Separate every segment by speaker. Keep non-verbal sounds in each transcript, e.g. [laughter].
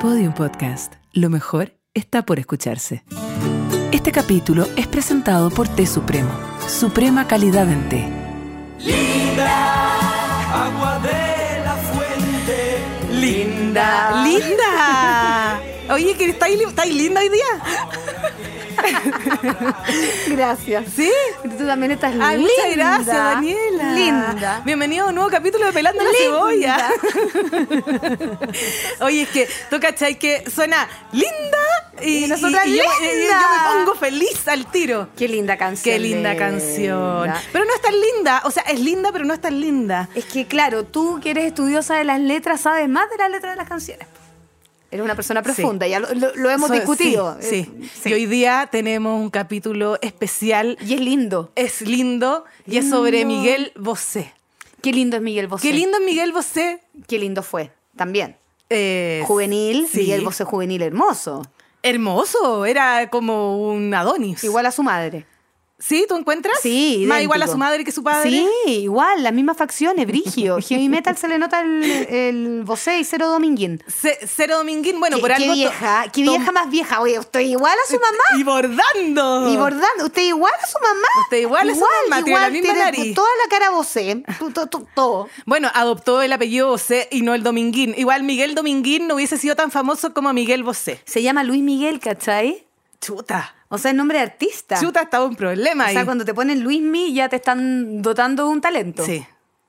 Speaker 1: Podium Podcast. Lo mejor está por escucharse. Este capítulo es presentado por Té Supremo. Suprema calidad en té.
Speaker 2: Linda, agua de la fuente. Linda.
Speaker 3: ¡Linda! Oye, que estáis, li- estáis linda hoy día.
Speaker 4: Gracias.
Speaker 3: ¿Sí?
Speaker 4: Tú también estás
Speaker 1: Ah,
Speaker 3: Ay,
Speaker 4: linda.
Speaker 3: muchas gracias, Daniela.
Speaker 4: Linda.
Speaker 3: Bienvenido a un nuevo capítulo de Pelando la Cebolla. [laughs] Oye, es que tú cachai que suena linda y,
Speaker 4: Y nosotras
Speaker 3: yo,
Speaker 4: linda.
Speaker 3: y yo me pongo feliz al tiro.
Speaker 4: Qué linda canción.
Speaker 3: Qué linda
Speaker 4: Linda.
Speaker 3: canción. Pero no es tan linda. O sea, es linda, pero no es tan linda.
Speaker 4: Es que claro, tú que eres estudiosa de las letras sabes más de las letras de las canciones. Eres una persona profunda, ya lo, lo- lo hemos
Speaker 3: So-
Speaker 4: discutido.
Speaker 3: Sí,
Speaker 4: Eh,
Speaker 3: sí. Y hoy día tenemos un capítulo especial.
Speaker 4: Eh, Y es lindo.
Speaker 3: Es lindo y es sobre Miguel Bosé.
Speaker 4: Qué lindo es Miguel Bosé.
Speaker 3: Qué lindo Miguel Bosé.
Speaker 4: Qué lindo fue también.
Speaker 3: Eh,
Speaker 4: Juvenil,
Speaker 3: sí.
Speaker 4: Miguel Bosé juvenil hermoso.
Speaker 3: Hermoso, era como un Adonis.
Speaker 4: Igual a su madre.
Speaker 3: ¿Sí? ¿Tú encuentras?
Speaker 4: Sí,
Speaker 3: Más
Speaker 4: idéntico.
Speaker 3: igual a su madre que su padre.
Speaker 4: Sí, igual, las mismas facciones,
Speaker 3: [laughs]
Speaker 4: Brigio. Heavy Metal se le nota el, el Bosé y Cero Dominguín.
Speaker 3: C- Cero Dominguín, bueno,
Speaker 4: qué,
Speaker 3: por
Speaker 4: qué
Speaker 3: algo. to-
Speaker 4: vieja, qué
Speaker 3: tom- Este,
Speaker 4: vieja más vieja. Oye, usted igual a su mamá.
Speaker 3: Y bordando.
Speaker 4: Y bordando, usted igual a su mamá.
Speaker 3: Usted igual a su mamá, tiene la misma nariz.
Speaker 4: Toda la cara vocé, todo.
Speaker 3: Bueno, adoptó el apellido Bosé y no el Dominguín. Igual Miguel Dominguín no hubiese sido tan famoso como Miguel Bosé.
Speaker 4: Se llama Luis Miguel, ¿cachai?
Speaker 3: Chuta.
Speaker 4: O sea, el nombre de artista.
Speaker 3: Chuta estaba un problema
Speaker 4: o sea,
Speaker 3: ahí.
Speaker 4: cuando te ponen Luis Mi ya te están dotando de un talento.
Speaker 3: Sí.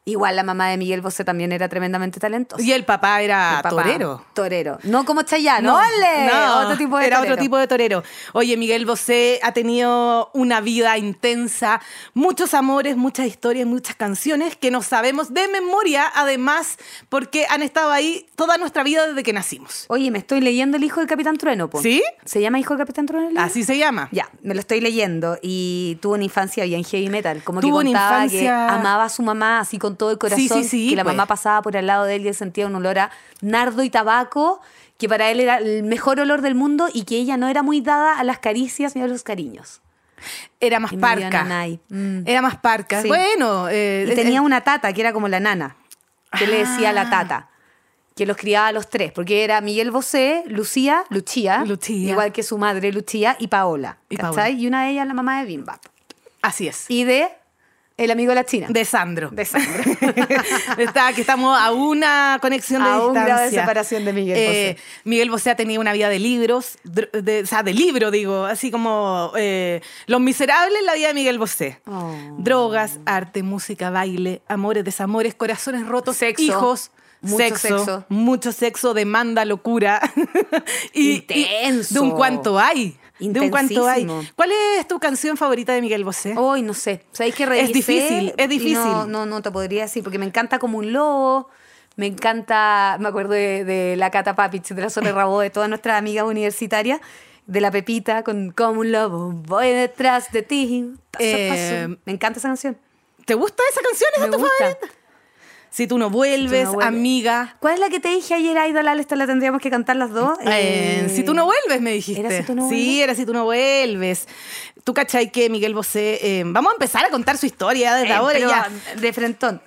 Speaker 4: Igual la mamá de Miguel Bosé también era tremendamente talentosa.
Speaker 3: Y el papá era
Speaker 4: El papá,
Speaker 3: Ah, torero.
Speaker 4: Torero. Ah, No como Chayanne. ¡Ole!
Speaker 3: no,
Speaker 4: otro tipo de
Speaker 3: era
Speaker 4: torero.
Speaker 3: otro tipo de torero. Oye, Miguel Bosé ha tenido una vida intensa, muchos amores, muchas historias, muchas canciones que no sabemos de memoria, además, porque han estado ahí toda nuestra vida desde que nacimos.
Speaker 4: Oye, me estoy leyendo El Hijo del Capitán Trueno, po.
Speaker 3: ¿Sí? Ah,
Speaker 4: ¿Se llama Hijo del Capitán Trueno? el libro?
Speaker 3: Así se llama.
Speaker 4: Ya, me lo estoy leyendo y tuvo una infancia bien heavy metal, como
Speaker 3: Tuvo
Speaker 4: que
Speaker 3: una
Speaker 4: contaba que
Speaker 3: infancia-
Speaker 4: amaba a su mamá así con todo el corazón,
Speaker 3: Sí, sí, sí,
Speaker 4: que la
Speaker 3: pues.
Speaker 4: mamá pasaba por al lado de él y él sentía un olor a nardo y tabaco, que para él era el mejor olor del mundo y que ella no era muy dada a las caricias ni a los cariños.
Speaker 3: Era más
Speaker 4: Y me dio
Speaker 3: parca.
Speaker 4: nanay. Mm.
Speaker 3: Era más parca.
Speaker 4: Sí.
Speaker 3: Bueno, eh,
Speaker 4: Y
Speaker 3: eh,
Speaker 4: tenía
Speaker 3: eh,
Speaker 4: una tata que era como la nana, que le decía
Speaker 3: Ah.
Speaker 4: la tata, que los criaba a los tres, porque era Miguel Bosé, Lucía, Lucía,
Speaker 3: Lucía.
Speaker 4: igual que su madre Lucía y Paola,
Speaker 3: Y
Speaker 4: y,
Speaker 3: Paola.
Speaker 4: y una de ellas la mamá de Bimbap.
Speaker 3: así es.
Speaker 4: y de El amigo de la China.
Speaker 3: De Sandro.
Speaker 4: De Sandra.
Speaker 3: [laughs]
Speaker 4: [laughs]
Speaker 3: Está, que estamos a una conexión de
Speaker 4: A un grado de
Speaker 3: distancia. Eh,
Speaker 4: separación de Miguel Bosé.
Speaker 3: Miguel Bosé ha tenido una vida de libros, dr- de- o sea, de libro, digo, así como eh, Los Miserables, la vida de Miguel Bosé.
Speaker 4: Oh.
Speaker 3: Drogas, arte, música, baile, amores, desamores, corazones rotos,
Speaker 4: Sexo.
Speaker 3: hijos.
Speaker 4: Mucho sexo.
Speaker 3: mucho sexo, demanda, locura. [laughs]
Speaker 4: Intenso.
Speaker 3: de un cuanto hay. De un cuanto hay.
Speaker 4: Intensísimo. Oh.
Speaker 3: ¿Cuál es tu canción favorita de Miguel Bosé?
Speaker 4: Hoy no sé. Sabéis que revisé
Speaker 3: difícil, es
Speaker 4: y
Speaker 3: difícil.
Speaker 4: No, no, no te podría decir, porque me encanta como un lobo. Me encanta, me acuerdo de, de la Cata Papich, de la Sole Rabó, de todas nuestras amigas universitarias, de la Pepita, con Como un lobo, voy detrás de ti. paso a
Speaker 3: Eh,
Speaker 4: paso. Me encanta esa canción.
Speaker 3: ¿Te gusta esa canción? ¿Esa
Speaker 4: Me
Speaker 3: es tu
Speaker 4: gusta.
Speaker 3: favorita? Si tú no vuelves,
Speaker 4: vuelves.
Speaker 3: amiga.
Speaker 4: ¿Cuál es la que te dije ayer, Idolal? Esta la tendríamos que cantar las dos.
Speaker 3: Eh,
Speaker 4: Eh,
Speaker 3: si tú no vuelves, me dijiste.
Speaker 4: ¿Era Si tú no
Speaker 3: Sí,
Speaker 4: vuelves?
Speaker 3: era si tú no vuelves. Tú cachai que Miguel Bosé. eh, vamos a empezar a contar su historia desde
Speaker 4: Eh,
Speaker 3: ahora
Speaker 4: pero
Speaker 3: ya.
Speaker 4: De frentón.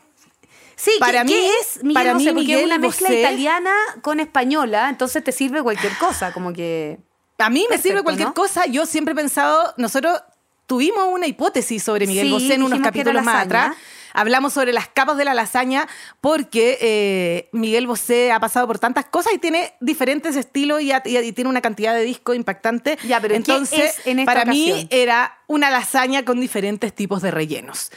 Speaker 4: Sí,
Speaker 3: Para
Speaker 4: para
Speaker 3: mí-
Speaker 4: mí es Miguel
Speaker 3: para mí
Speaker 4: Bosé? Porque
Speaker 3: Miguel
Speaker 4: es una mezcla
Speaker 3: Bosé-
Speaker 4: italiana con española, entonces te sirve cualquier cosa, como que
Speaker 3: A mí me
Speaker 4: Perfecto,
Speaker 3: sirve cualquier
Speaker 4: ¿no?
Speaker 3: cosa. Yo siempre he pensado, nosotros tuvimos una hipótesis sobre Miguel
Speaker 4: Sí,
Speaker 3: Bosé en unos
Speaker 4: dijimos que era
Speaker 3: capítulos más
Speaker 4: lasaña.
Speaker 3: atrás. Hablamos sobre las capas de la lasaña porque eh, Miguel Bosé ha pasado por tantas cosas y tiene diferentes estilos y, ha- y- y tiene una cantidad de discos impactante.
Speaker 4: Ya, pero ¿qué
Speaker 3: Entonces,
Speaker 4: es en esta
Speaker 3: para mí
Speaker 4: ocasión?
Speaker 3: era una lasaña con diferentes tipos de rellenos.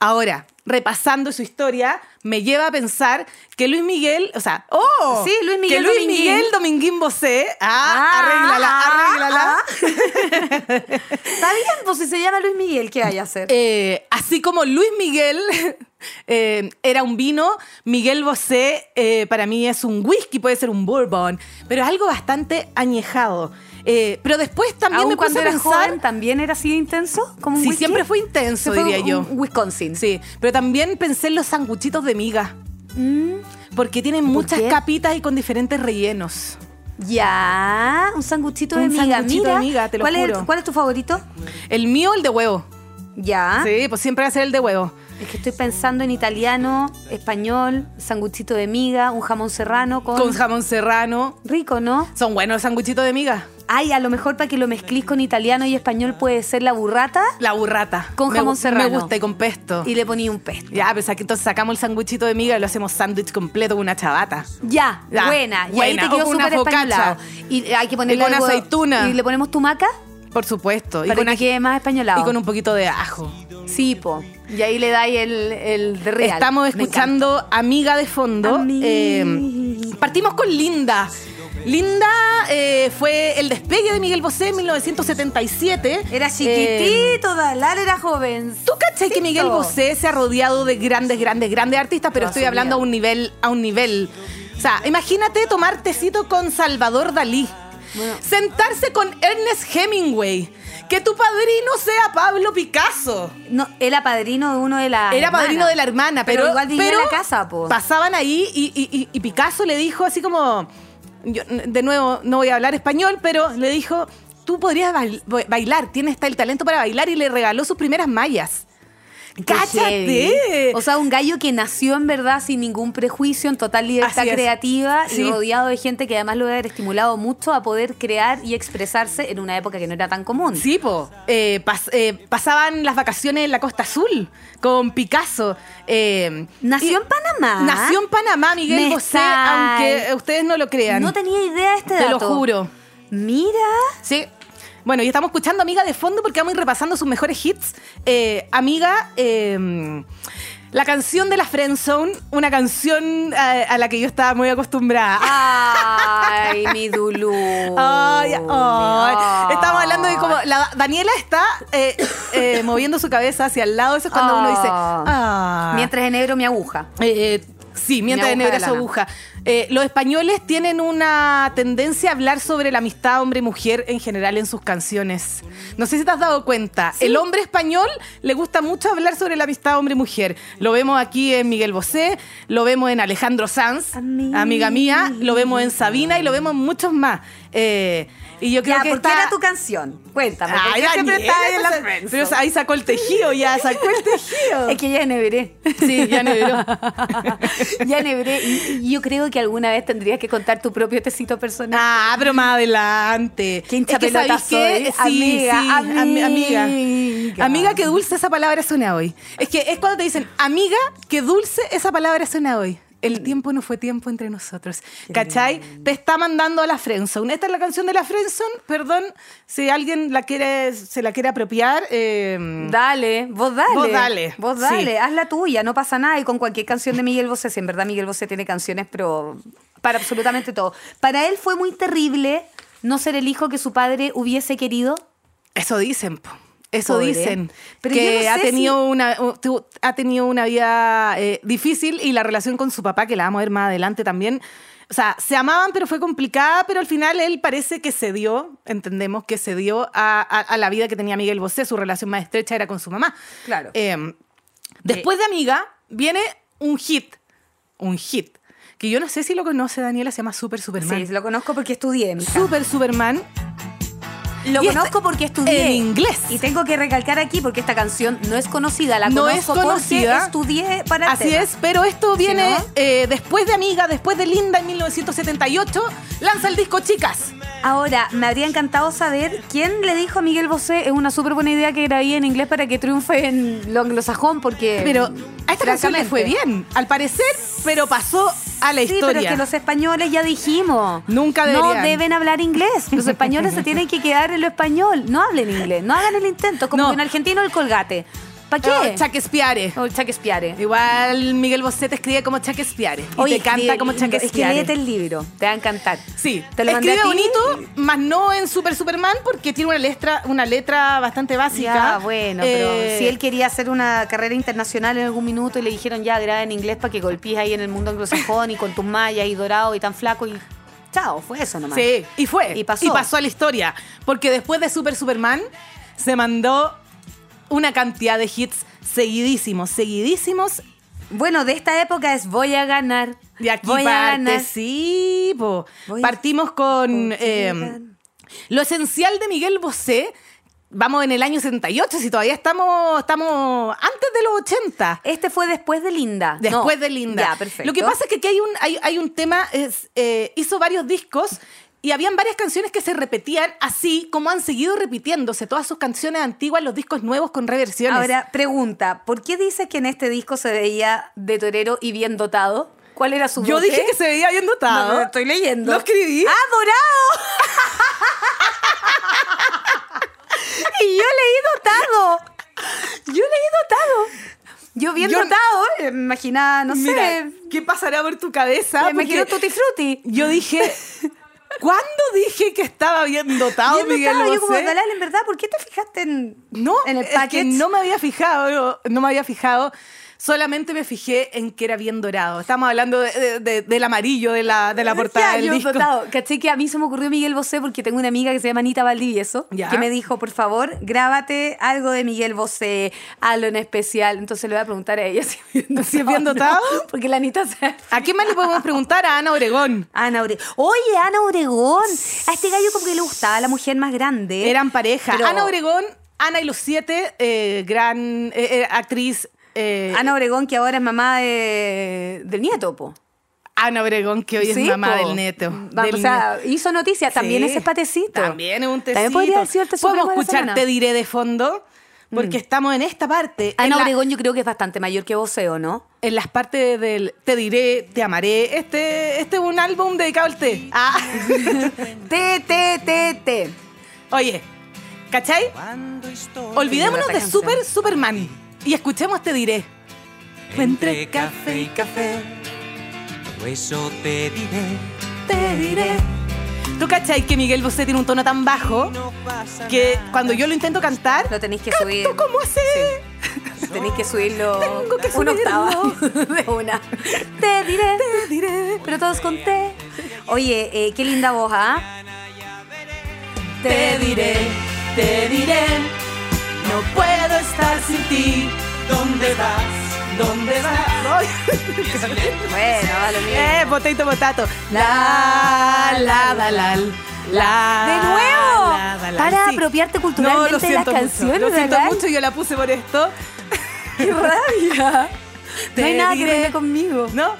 Speaker 3: Ahora, repasando su historia, me lleva a pensar que Luis Miguel, o sea, ¡oh!
Speaker 4: Sí, Luis
Speaker 3: que
Speaker 4: Miguel
Speaker 3: Luis
Speaker 4: Dominguín.
Speaker 3: Miguel Dominguín Bosé, ah,
Speaker 4: Ah,
Speaker 3: arréglala,
Speaker 4: ah,
Speaker 3: arréglala.
Speaker 4: [laughs] está bien, pues si se llama Luis Miguel, ¿qué hay a hacer?
Speaker 3: Eh, así como Luis Miguel [laughs] eh, era un vino, Miguel Bosé eh, para mí es un whisky, puede ser un bourbon, pero es algo bastante añejado. Eh, pero después también
Speaker 4: Aún
Speaker 3: me puse
Speaker 4: cuando
Speaker 3: a
Speaker 4: era
Speaker 3: pensar...
Speaker 4: joven también era así de intenso, como un
Speaker 3: Sí,
Speaker 4: whisky?
Speaker 3: siempre fue intenso,
Speaker 4: Se fue
Speaker 3: diría
Speaker 4: un-
Speaker 3: yo.
Speaker 4: un Wisconsin.
Speaker 3: Sí, pero también pensé en los sanguchitos de miga.
Speaker 4: Mm,
Speaker 3: Porque tienen muchas
Speaker 4: qué?
Speaker 3: capitas y con diferentes rellenos.
Speaker 4: Ya, un sanguchito de
Speaker 3: Un
Speaker 4: miga,
Speaker 3: sanguchito de
Speaker 4: mira.
Speaker 3: miga, te lo
Speaker 4: ¿cuál,
Speaker 3: juro.
Speaker 4: Es, ¿Cuál es tu favorito?
Speaker 3: El mío, el de huevo.
Speaker 4: Ya.
Speaker 3: Sí, pues siempre va a ser el de huevo.
Speaker 4: Es que estoy pensando en italiano, español, sanguchito de miga, un jamón serrano con...
Speaker 3: Con jamón serrano.
Speaker 4: Rico, ¿no?
Speaker 3: Son buenos los sanguchitos de miga.
Speaker 4: Ay, a lo mejor para que lo mezclís con italiano y español puede ser la burrata
Speaker 3: La burrata.
Speaker 4: Con
Speaker 3: Me
Speaker 4: jamón
Speaker 3: gu-
Speaker 4: serrano.
Speaker 3: Me gusta y con pesto.
Speaker 4: y le poní un pesto.
Speaker 3: Ya, pues aquí entonces sacamos el sanguchito de miga y lo hacemos sándwich completo con una chavata.
Speaker 4: Ya,
Speaker 3: Ya,
Speaker 4: buena. Y ahí
Speaker 3: buena.
Speaker 4: te
Speaker 3: O
Speaker 4: quedó
Speaker 3: con una
Speaker 4: súper españolado.
Speaker 3: focaccia.
Speaker 4: Y hay que ponerle
Speaker 3: Y con
Speaker 4: algo-
Speaker 3: aceituna.
Speaker 4: ¿Y le ponemos tumaca?
Speaker 3: Por supuesto. Y
Speaker 4: para
Speaker 3: con,
Speaker 4: que
Speaker 3: ají-
Speaker 4: quede más españolado.
Speaker 3: y con un poquito de ajo.
Speaker 4: Sí, po. Y ahí le dais el, el de real.
Speaker 3: Estamos
Speaker 4: Me encanta.
Speaker 3: escuchando Amiga de Fondo.
Speaker 4: Amiga.
Speaker 3: Eh, partimos con Linda. Linda eh, fue el despegue de Miguel Bosé en 1977.
Speaker 4: Era
Speaker 3: Eh,
Speaker 4: chiquitito, Dalal era joven.
Speaker 3: ¿Tú cachai que Miguel Bosé se ha rodeado de grandes, grandes, grandes artistas? Pero
Speaker 4: Toda
Speaker 3: estoy
Speaker 4: su
Speaker 3: hablando a
Speaker 4: vida.
Speaker 3: un nivel, a un nivel. O sea, imagínate tomar tecito con Salvador Dalí.
Speaker 4: Bueno.
Speaker 3: Sentarse con Ernest Hemingway. Que tu padrino sea Pablo Picasso.
Speaker 4: No, era padrino de uno de la.
Speaker 3: Era
Speaker 4: hermana.
Speaker 3: padrino de la hermana, pero,
Speaker 4: igual vivía
Speaker 3: pero
Speaker 4: en la casa, po.
Speaker 3: Pasaban ahí y, y- y- y Picasso le dijo así como, yo, de nuevo, no voy a hablar español, pero le dijo, tú podrías bail- bailar, tienes el talento para bailar y le regaló sus primeras mallas.
Speaker 4: Qué
Speaker 3: ¡Cáchate!
Speaker 4: heavy. O sea, un gallo que nació en verdad sin ningún prejuicio, en total libertad
Speaker 3: Así es.
Speaker 4: creativa
Speaker 3: Sí.
Speaker 4: y rodeado de gente que además lo debe haber estimulado mucho a poder crear y expresarse en una época que no era tan común.
Speaker 3: Sí, po. Eh, pas- eh, pasaban las vacaciones en la Costa Azul con Picasso. Eh, y-
Speaker 4: Nació en Panamá.
Speaker 3: Nació en Panamá, Miguel
Speaker 4: Me
Speaker 3: Bosé,
Speaker 4: está-
Speaker 3: aunque ustedes no lo crean.
Speaker 4: No tenía idea de este
Speaker 3: Te lo
Speaker 4: dato.
Speaker 3: juro. [laughs]
Speaker 4: Mira.
Speaker 3: Sí. Bueno, y estamos escuchando Amiga de fondo porque vamos a ir repasando sus mejores hits. Eh, Amiga, eh, la canción de la Friend Zone, una canción eh, a, la que yo estaba muy acostumbrada.
Speaker 4: Ay, mi dulú.
Speaker 3: Ay, ay. Estamos hablando de como la- Daniela está eh, eh, moviendo su cabeza hacia el lado. Eso es cuando uno dice. "Ah".
Speaker 4: Mientras enero mi aguja.
Speaker 3: Eh, eh, sí, mientras
Speaker 4: Mi
Speaker 3: de
Speaker 4: aguja
Speaker 3: negra
Speaker 4: de
Speaker 3: su
Speaker 4: lana.
Speaker 3: aguja. Eh, los españoles tienen una tendencia a hablar sobre la amistad hombre-mujer en general en sus canciones. No sé si te has dado cuenta. El hombre español le gusta mucho hablar sobre la amistad hombre-mujer. Lo vemos aquí en Miguel Bosé, lo vemos en Alejandro Sanz,
Speaker 4: Amiga.
Speaker 3: amiga mía, lo vemos en Sabina y lo vemos en muchos más. Eh, y yo creo
Speaker 4: Ya,
Speaker 3: que
Speaker 4: ¿por qué
Speaker 3: esta-
Speaker 4: era tu canción? Cuéntame. ¿por
Speaker 3: Ay,
Speaker 4: qué siempre
Speaker 3: Daniela,
Speaker 4: estaba en la
Speaker 3: pero-
Speaker 4: friendzone?
Speaker 3: pero ahí sacó el tejido, ya sacó el tejido.
Speaker 4: [laughs] Es que ya enhebré.
Speaker 3: Sí, ya no duró.
Speaker 4: [laughs] Ya enhebré. Y y yo creo que alguna vez tendrías que contar tu propio tecito personal.
Speaker 3: Ah, pero más adelante.
Speaker 4: Qué hincha
Speaker 3: que,
Speaker 4: pelota
Speaker 3: ¿sabéis qué?
Speaker 4: soy.
Speaker 3: Sí,
Speaker 4: Amiga,
Speaker 3: sí, ami- amiga, amiga.
Speaker 4: amiga.
Speaker 3: que dulce esa palabra suena hoy. Es que es cuando te dicen, amiga, que dulce esa palabra suena hoy.
Speaker 4: Mm.
Speaker 3: El tiempo no fue tiempo entre nosotros. ¿Cachai? Te está mandando a la Friendzone. Esta es la canción de la Friendzone. Perdón, si alguien la quiere, se la quiere apropiar. eh,
Speaker 4: Dale, vos dale.
Speaker 3: Vos dale,
Speaker 4: Vos
Speaker 3: sí.
Speaker 4: dale, haz la tuya, no pasa nada. Y con cualquier canción de Miguel Bosé, si en verdad Miguel Bosé tiene canciones, pero para absolutamente todo. Para él fue muy terrible no ser el hijo que su padre hubiese querido.
Speaker 3: Eso dicen, po. Eso
Speaker 4: Pobre.
Speaker 3: dicen.
Speaker 4: Pero yo
Speaker 3: que
Speaker 4: no sé
Speaker 3: ha,
Speaker 4: si-
Speaker 3: tenido una, u- tu- ha tenido una vida eh, difícil y la relación con su papá, que la vamos a ver más adelante también. O sea, se amaban, pero fue complicada, pero al final él parece que se dio, entendemos que se dio a, a- a la vida que tenía Miguel Bosé. Su relación más estrecha era con su mamá.
Speaker 4: Claro.
Speaker 3: Eh, después de Amiga, viene un hit. Un hit. Que yo no sé si lo conoce Daniela, se llama Super Superman.
Speaker 4: Sí, lo conozco porque estudié. mi hija.
Speaker 3: Super Superman
Speaker 4: Lo
Speaker 3: Y
Speaker 4: conozco
Speaker 3: este-
Speaker 4: porque estudié.
Speaker 3: en inglés.
Speaker 4: Y tengo que recalcar aquí porque esta canción no es conocida, la
Speaker 3: No
Speaker 4: conozco
Speaker 3: es conocida.
Speaker 4: porque estudié para el
Speaker 3: Así
Speaker 4: tema.
Speaker 3: es, pero esto viene
Speaker 4: no?
Speaker 3: eh, después de Amiga, después de Linda en 1978, lanza el disco Chicas.
Speaker 4: Ahora, me habría encantado saber quién le dijo a Miguel Bosé es una súper buena idea que grabé en inglés para que triunfe en lo anglosajón, porque.
Speaker 3: Pero a esta canción le
Speaker 4: Eh, francamente-
Speaker 3: fue bien, al parecer, pero pasó a la
Speaker 4: Sí, pero
Speaker 3: historia.
Speaker 4: es que los españoles ya dijimos.
Speaker 3: Nunca deberían.
Speaker 4: No deben hablar inglés. Los españoles se tienen que quedar en lo español. No hablen inglés. No hagan el intento. Como
Speaker 3: No.
Speaker 4: que en argentino el colgate. ¿Para
Speaker 3: No,
Speaker 4: qué?
Speaker 3: Oh, Chuck Espiare.
Speaker 4: O el chaquespiare.
Speaker 3: Igual Miguel Bosé te escribe como Chuck Espiare. Y te canta como Chuck
Speaker 4: Es que léete
Speaker 3: Espiare.
Speaker 4: eh, el libro. Te va a encantar.
Speaker 3: Sí,
Speaker 4: Te lo mandé
Speaker 3: escribe
Speaker 4: a ti.
Speaker 3: bonito, más no en Super Superman porque tiene una letra, una letra bastante básica.
Speaker 4: Ya, Ah, bueno,
Speaker 3: Eh,
Speaker 4: pero si él quería hacer una carrera internacional en algún minuto y le dijeron ya, graba en inglés para que golpees ahí en el mundo anglosajón y con tus mallas y dorado y tan flaco y chao, fue eso nomás.
Speaker 3: Sí, y fue.
Speaker 4: Y pasó.
Speaker 3: a la historia. Porque después de Super Superman se mandó una cantidad de hits seguidísimos, seguidísimos.
Speaker 4: Bueno, de esta época es voy a ganar.
Speaker 3: Y aquí
Speaker 4: voy a ganar.
Speaker 3: parte, sí, po.
Speaker 4: Voy a-
Speaker 3: Partimos con
Speaker 4: Voy a
Speaker 3: eh,
Speaker 4: ganar.
Speaker 3: lo esencial de Miguel Bosé, Vamos en el año 68, si todavía estamos, estamos antes de los 80.
Speaker 4: Este fue después de Linda.
Speaker 3: Después
Speaker 4: No.
Speaker 3: de Linda.
Speaker 4: Ya, perfecto.
Speaker 3: Lo que pasa es que aquí hay un, hay, hay un tema, es, eh, hizo varios discos y habían varias canciones que se repetían así como han seguido repitiéndose todas sus canciones antiguas, los discos nuevos con reversiones.
Speaker 4: Ahora, pregunta, ¿por qué dices que en este disco se veía de torero y bien dotado? ¿Cuál era su
Speaker 3: yo
Speaker 4: dote?
Speaker 3: dije que se veía bien dotado.
Speaker 4: No, no, estoy leyendo.
Speaker 3: Lo escribí.
Speaker 4: ¡Ah, dorado! y yo leí dotado. Yo leí dotado. Yo bien
Speaker 3: Yo-
Speaker 4: dotado, eh, imagina, no
Speaker 3: Mira,
Speaker 4: sé,
Speaker 3: ¿qué pasará por tu cabeza?
Speaker 4: me imagino
Speaker 3: Porque
Speaker 4: tutti frutti.
Speaker 3: Yo
Speaker 4: [laughs]
Speaker 3: dije, ¿cuándo dije que estaba bien dotado
Speaker 4: Bien
Speaker 3: Ah, Miguel
Speaker 4: dotado, yo como,
Speaker 3: Bosé?
Speaker 4: Dalal, en verdad, ¿por qué te fijaste en,
Speaker 3: No,
Speaker 4: en el
Speaker 3: es que
Speaker 4: paquete?
Speaker 3: no me había fijado, yo no me había fijado. Solamente me fijé en que era bien dorado. Estamos hablando de- de- de- del amarillo de la, de la portada
Speaker 4: Ya,
Speaker 3: del
Speaker 4: yo
Speaker 3: disco.
Speaker 4: dotado. Caché que a mí se me ocurrió Miguel Bosé porque tengo una amiga que se llama Anita Valdivieso
Speaker 3: Ya.
Speaker 4: que me dijo, por favor, grábate algo de Miguel Bosé, algo en especial. Entonces le voy a preguntar a ella [laughs] si es bien
Speaker 3: ¿Si es bien dotado?
Speaker 4: o no, porque la Anita se...
Speaker 3: ¿A quién más le podemos preguntar? A Ana Obregón.
Speaker 4: Ana Obregón. Oye, Ana Obregón. A este gallo como que le gustaba la mujer más grande.
Speaker 3: Eran pareja.
Speaker 4: ¿Eh? Pero-
Speaker 3: Ana Obregón, Ana y los siete, eh, gran eh, eh, actriz. eh,
Speaker 4: Ana Obregón, que ahora es mamá de- del nieto, po.
Speaker 3: Ana Obregón, que hoy es
Speaker 4: Sí,
Speaker 3: mamá
Speaker 4: po.
Speaker 3: del neto.
Speaker 4: Vamos,
Speaker 3: del
Speaker 4: o sea, hizo noticias. También
Speaker 3: Sí,
Speaker 4: ese patecito.
Speaker 3: También es un tecito.
Speaker 4: También podría haber sido el té
Speaker 3: Podemos
Speaker 4: supremo de la
Speaker 3: escuchar
Speaker 4: semana. Mm.
Speaker 3: Te diré de fondo, porque estamos en esta parte. en
Speaker 4: Ana
Speaker 3: la-
Speaker 4: Obregón yo creo que es bastante mayor que Boseo, ¿no?
Speaker 3: en las partes del Te diré, Te amaré. Este, este es un álbum dedicado al té. Ah. [laughs]
Speaker 4: Te, te, te, te.
Speaker 3: Oye, ¿cachai? Olvidémonos
Speaker 4: Sí,
Speaker 3: de
Speaker 4: esta canción.
Speaker 3: Super Superman y escuchemos Te diré.
Speaker 2: Entre café y café, o eso te diré.
Speaker 3: Te diré. ¿Tú cachai que Miguel Bosé tiene un tono tan bajo
Speaker 2: No pasa
Speaker 3: que
Speaker 2: nada.
Speaker 3: cuando yo lo intento cantar,
Speaker 4: Lo tenéis que
Speaker 3: canto
Speaker 4: subir.
Speaker 3: como hace?
Speaker 4: [laughs] Tenéis que subirlo
Speaker 3: Tengo que
Speaker 4: una octava [laughs]
Speaker 3: subirlo.
Speaker 4: de una. Te diré, te diré, pero todos con te. Oye, eh, qué linda voz, ¿ah?
Speaker 3: Te diré, te diré, no puedo estar sin ti.
Speaker 2: ¿Dónde vas?
Speaker 3: ¿Dónde vas?
Speaker 4: Bueno, vale, mira.
Speaker 3: eh, potato, potato. La, la, la, la, la.
Speaker 4: ¡De nuevo!
Speaker 3: la, la, la,
Speaker 4: Para
Speaker 3: sí.
Speaker 4: apropiarte
Speaker 3: No,
Speaker 4: culturalmente
Speaker 3: lo
Speaker 4: de las
Speaker 3: siento
Speaker 4: canciones,
Speaker 3: mucho. Lo siento
Speaker 4: ¿verdad?
Speaker 3: mucho, yo la puse por esto.
Speaker 4: [laughs] ¡Qué rabia!
Speaker 3: Te
Speaker 4: no hay nada
Speaker 3: diré.
Speaker 4: que venga conmigo.
Speaker 3: ¿No?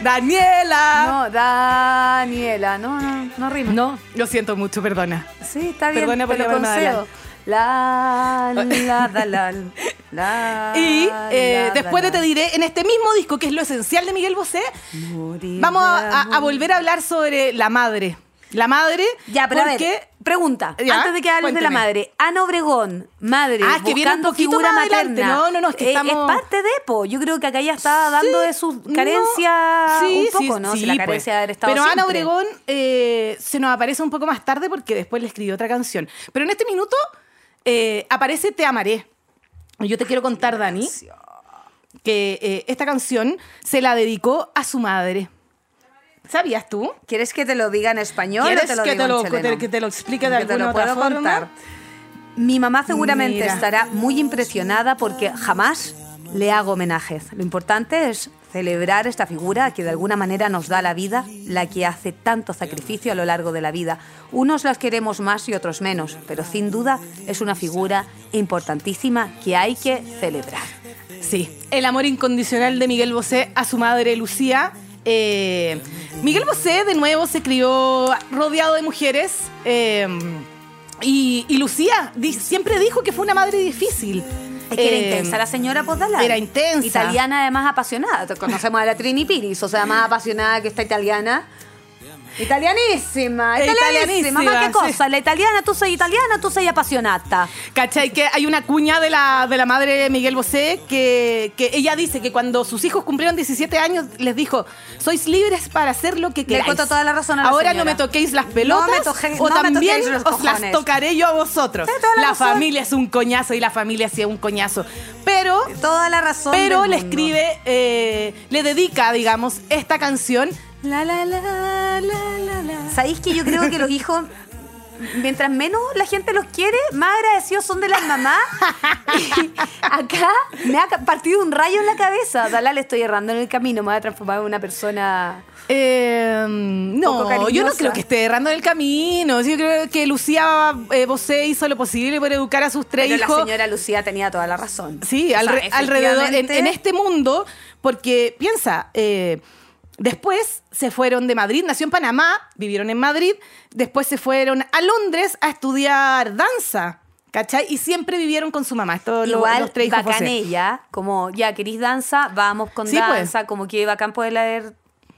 Speaker 3: Daniela.
Speaker 4: No, Daniela, no, no, no rima.
Speaker 3: No, lo siento mucho, perdona.
Speaker 4: Sí, está bien,
Speaker 3: Perdona por
Speaker 4: pero
Speaker 3: llamarme Dalal.
Speaker 4: concedo.
Speaker 3: [laughs]
Speaker 4: La, la, dalal, la,
Speaker 3: Y eh,
Speaker 4: la,
Speaker 3: después de Te
Speaker 4: dalal.
Speaker 3: Diré, en este mismo disco, que es lo esencial de Miguel Bosé,
Speaker 4: Morir
Speaker 3: vamos a,
Speaker 4: de
Speaker 3: a- a
Speaker 4: amor.
Speaker 3: volver a hablar sobre la madre. La madre,
Speaker 4: Ya, pero
Speaker 3: porque...
Speaker 4: a ver, pregunta,
Speaker 3: Ya,
Speaker 4: antes de que hables de la
Speaker 3: cuénteme.
Speaker 4: madre, Ana Obregón, madre,
Speaker 3: Ah, es que viene un
Speaker 4: buscando
Speaker 3: poquito
Speaker 4: figura
Speaker 3: más adelante,
Speaker 4: materna. Eh,
Speaker 3: no, no, no, es que estamos-
Speaker 4: Es parte de, po, yo creo que acá ya estaba dando de sus
Speaker 3: no,
Speaker 4: carencias
Speaker 3: sí,
Speaker 4: un poco,
Speaker 3: sí,
Speaker 4: ¿no?
Speaker 3: sí,
Speaker 4: Si la
Speaker 3: pues.
Speaker 4: carencia de haber estado
Speaker 3: Pero Ana
Speaker 4: siempre.
Speaker 3: Obregón eh, se nos aparece un poco más tarde porque después le escribió otra canción. Pero en este minuto eh, aparece Te amaré. Y Yo te quiero contar, Dani, que eh, esta canción se la dedicó a su madre. ¿Sabías tú?
Speaker 4: ¿Quieres que te lo diga en español o
Speaker 3: ¿Quieres
Speaker 4: te lo
Speaker 3: que, te
Speaker 4: diga en
Speaker 3: lo,
Speaker 4: chileno?
Speaker 3: que te lo explique de
Speaker 4: Que te
Speaker 3: alguna
Speaker 4: lo
Speaker 3: otra
Speaker 4: puedo
Speaker 3: forma?
Speaker 4: contar. Mi mamá seguramente
Speaker 3: Mira.
Speaker 4: estará muy impresionada porque jamás le hago homenajes. Lo importante es celebrar esta figura que de alguna manera nos da la vida, la que hace tanto sacrificio a lo largo de la vida. Unos las queremos más y otros menos, pero sin duda es una figura importantísima que hay que celebrar.
Speaker 3: Sí, el amor incondicional de Miguel Bosé a su madre Lucía. Eh, Miguel Bosé de nuevo se crió rodeado de mujeres eh, y, y Lucía di- siempre dijo que fue una madre difícil.
Speaker 4: Es que era
Speaker 3: Eh,
Speaker 4: intensa la señora Podala.
Speaker 3: era intensa.
Speaker 4: Italiana además apasionada. Te- Conocemos a la Trini Piris, o sea, más apasionada que esta italiana. Italianísima,
Speaker 3: Eh,
Speaker 4: italianísima. Más que
Speaker 3: italianísima,
Speaker 4: cosa, la italiana, tú soy italiana, tú soy apasionata.
Speaker 3: ¿Cachai? Que hay una cuña de la, de la madre de Miguel Bosé que, que ella dice que cuando sus hijos cumplieron 17 años les dijo, sois libres para hacer lo que queráis.
Speaker 4: encuentro toda la razón a la
Speaker 3: Ahora
Speaker 4: señora.
Speaker 3: no me toquéis las pelotas
Speaker 4: No me toquéis-
Speaker 3: o
Speaker 4: no me
Speaker 3: también
Speaker 4: toquéis los
Speaker 3: os las
Speaker 4: cojones".
Speaker 3: tocaré yo a vosotros.
Speaker 4: Tiene toda la
Speaker 3: la
Speaker 4: razón.
Speaker 3: familia es un coñazo y la familia sí es un coñazo. Pero,
Speaker 4: Toda la razón.
Speaker 3: pero
Speaker 4: del
Speaker 3: le
Speaker 4: mundo.
Speaker 3: escribe, eh, le dedica, digamos, esta canción. La, la, la, la, la, la.
Speaker 4: ¿Sabéis que yo creo que los hijos, mientras menos la gente los quiere, más agradecidos son de las mamás? Y acá me ha ca- partido un rayo en la cabeza. Dalal, estoy errando en el camino, me voy a transformar en una persona.
Speaker 3: Eh, no,
Speaker 4: un poco cariñosa.
Speaker 3: yo no creo que esté errando en el camino. Yo creo que Lucía eh, Bosé hizo lo posible por educar a sus tres
Speaker 4: Pero
Speaker 3: hijos.
Speaker 4: la señora Lucía tenía toda la razón.
Speaker 3: Sí,
Speaker 4: O sea,
Speaker 3: alre- alrededor, en,
Speaker 4: efectivamente,
Speaker 3: en este mundo, porque piensa, eh, después se fueron de Madrid, nació en Panamá, vivieron en Madrid, después se fueron a Londres a estudiar danza, ¿cachai? Y siempre vivieron con su mamá, estos lo-
Speaker 4: Igual,
Speaker 3: los tres hijos.
Speaker 4: bacán
Speaker 3: José. Eh,
Speaker 4: ella, como ya querís danza, vamos con
Speaker 3: Sí, pues.
Speaker 4: danza, como que bacán poder haber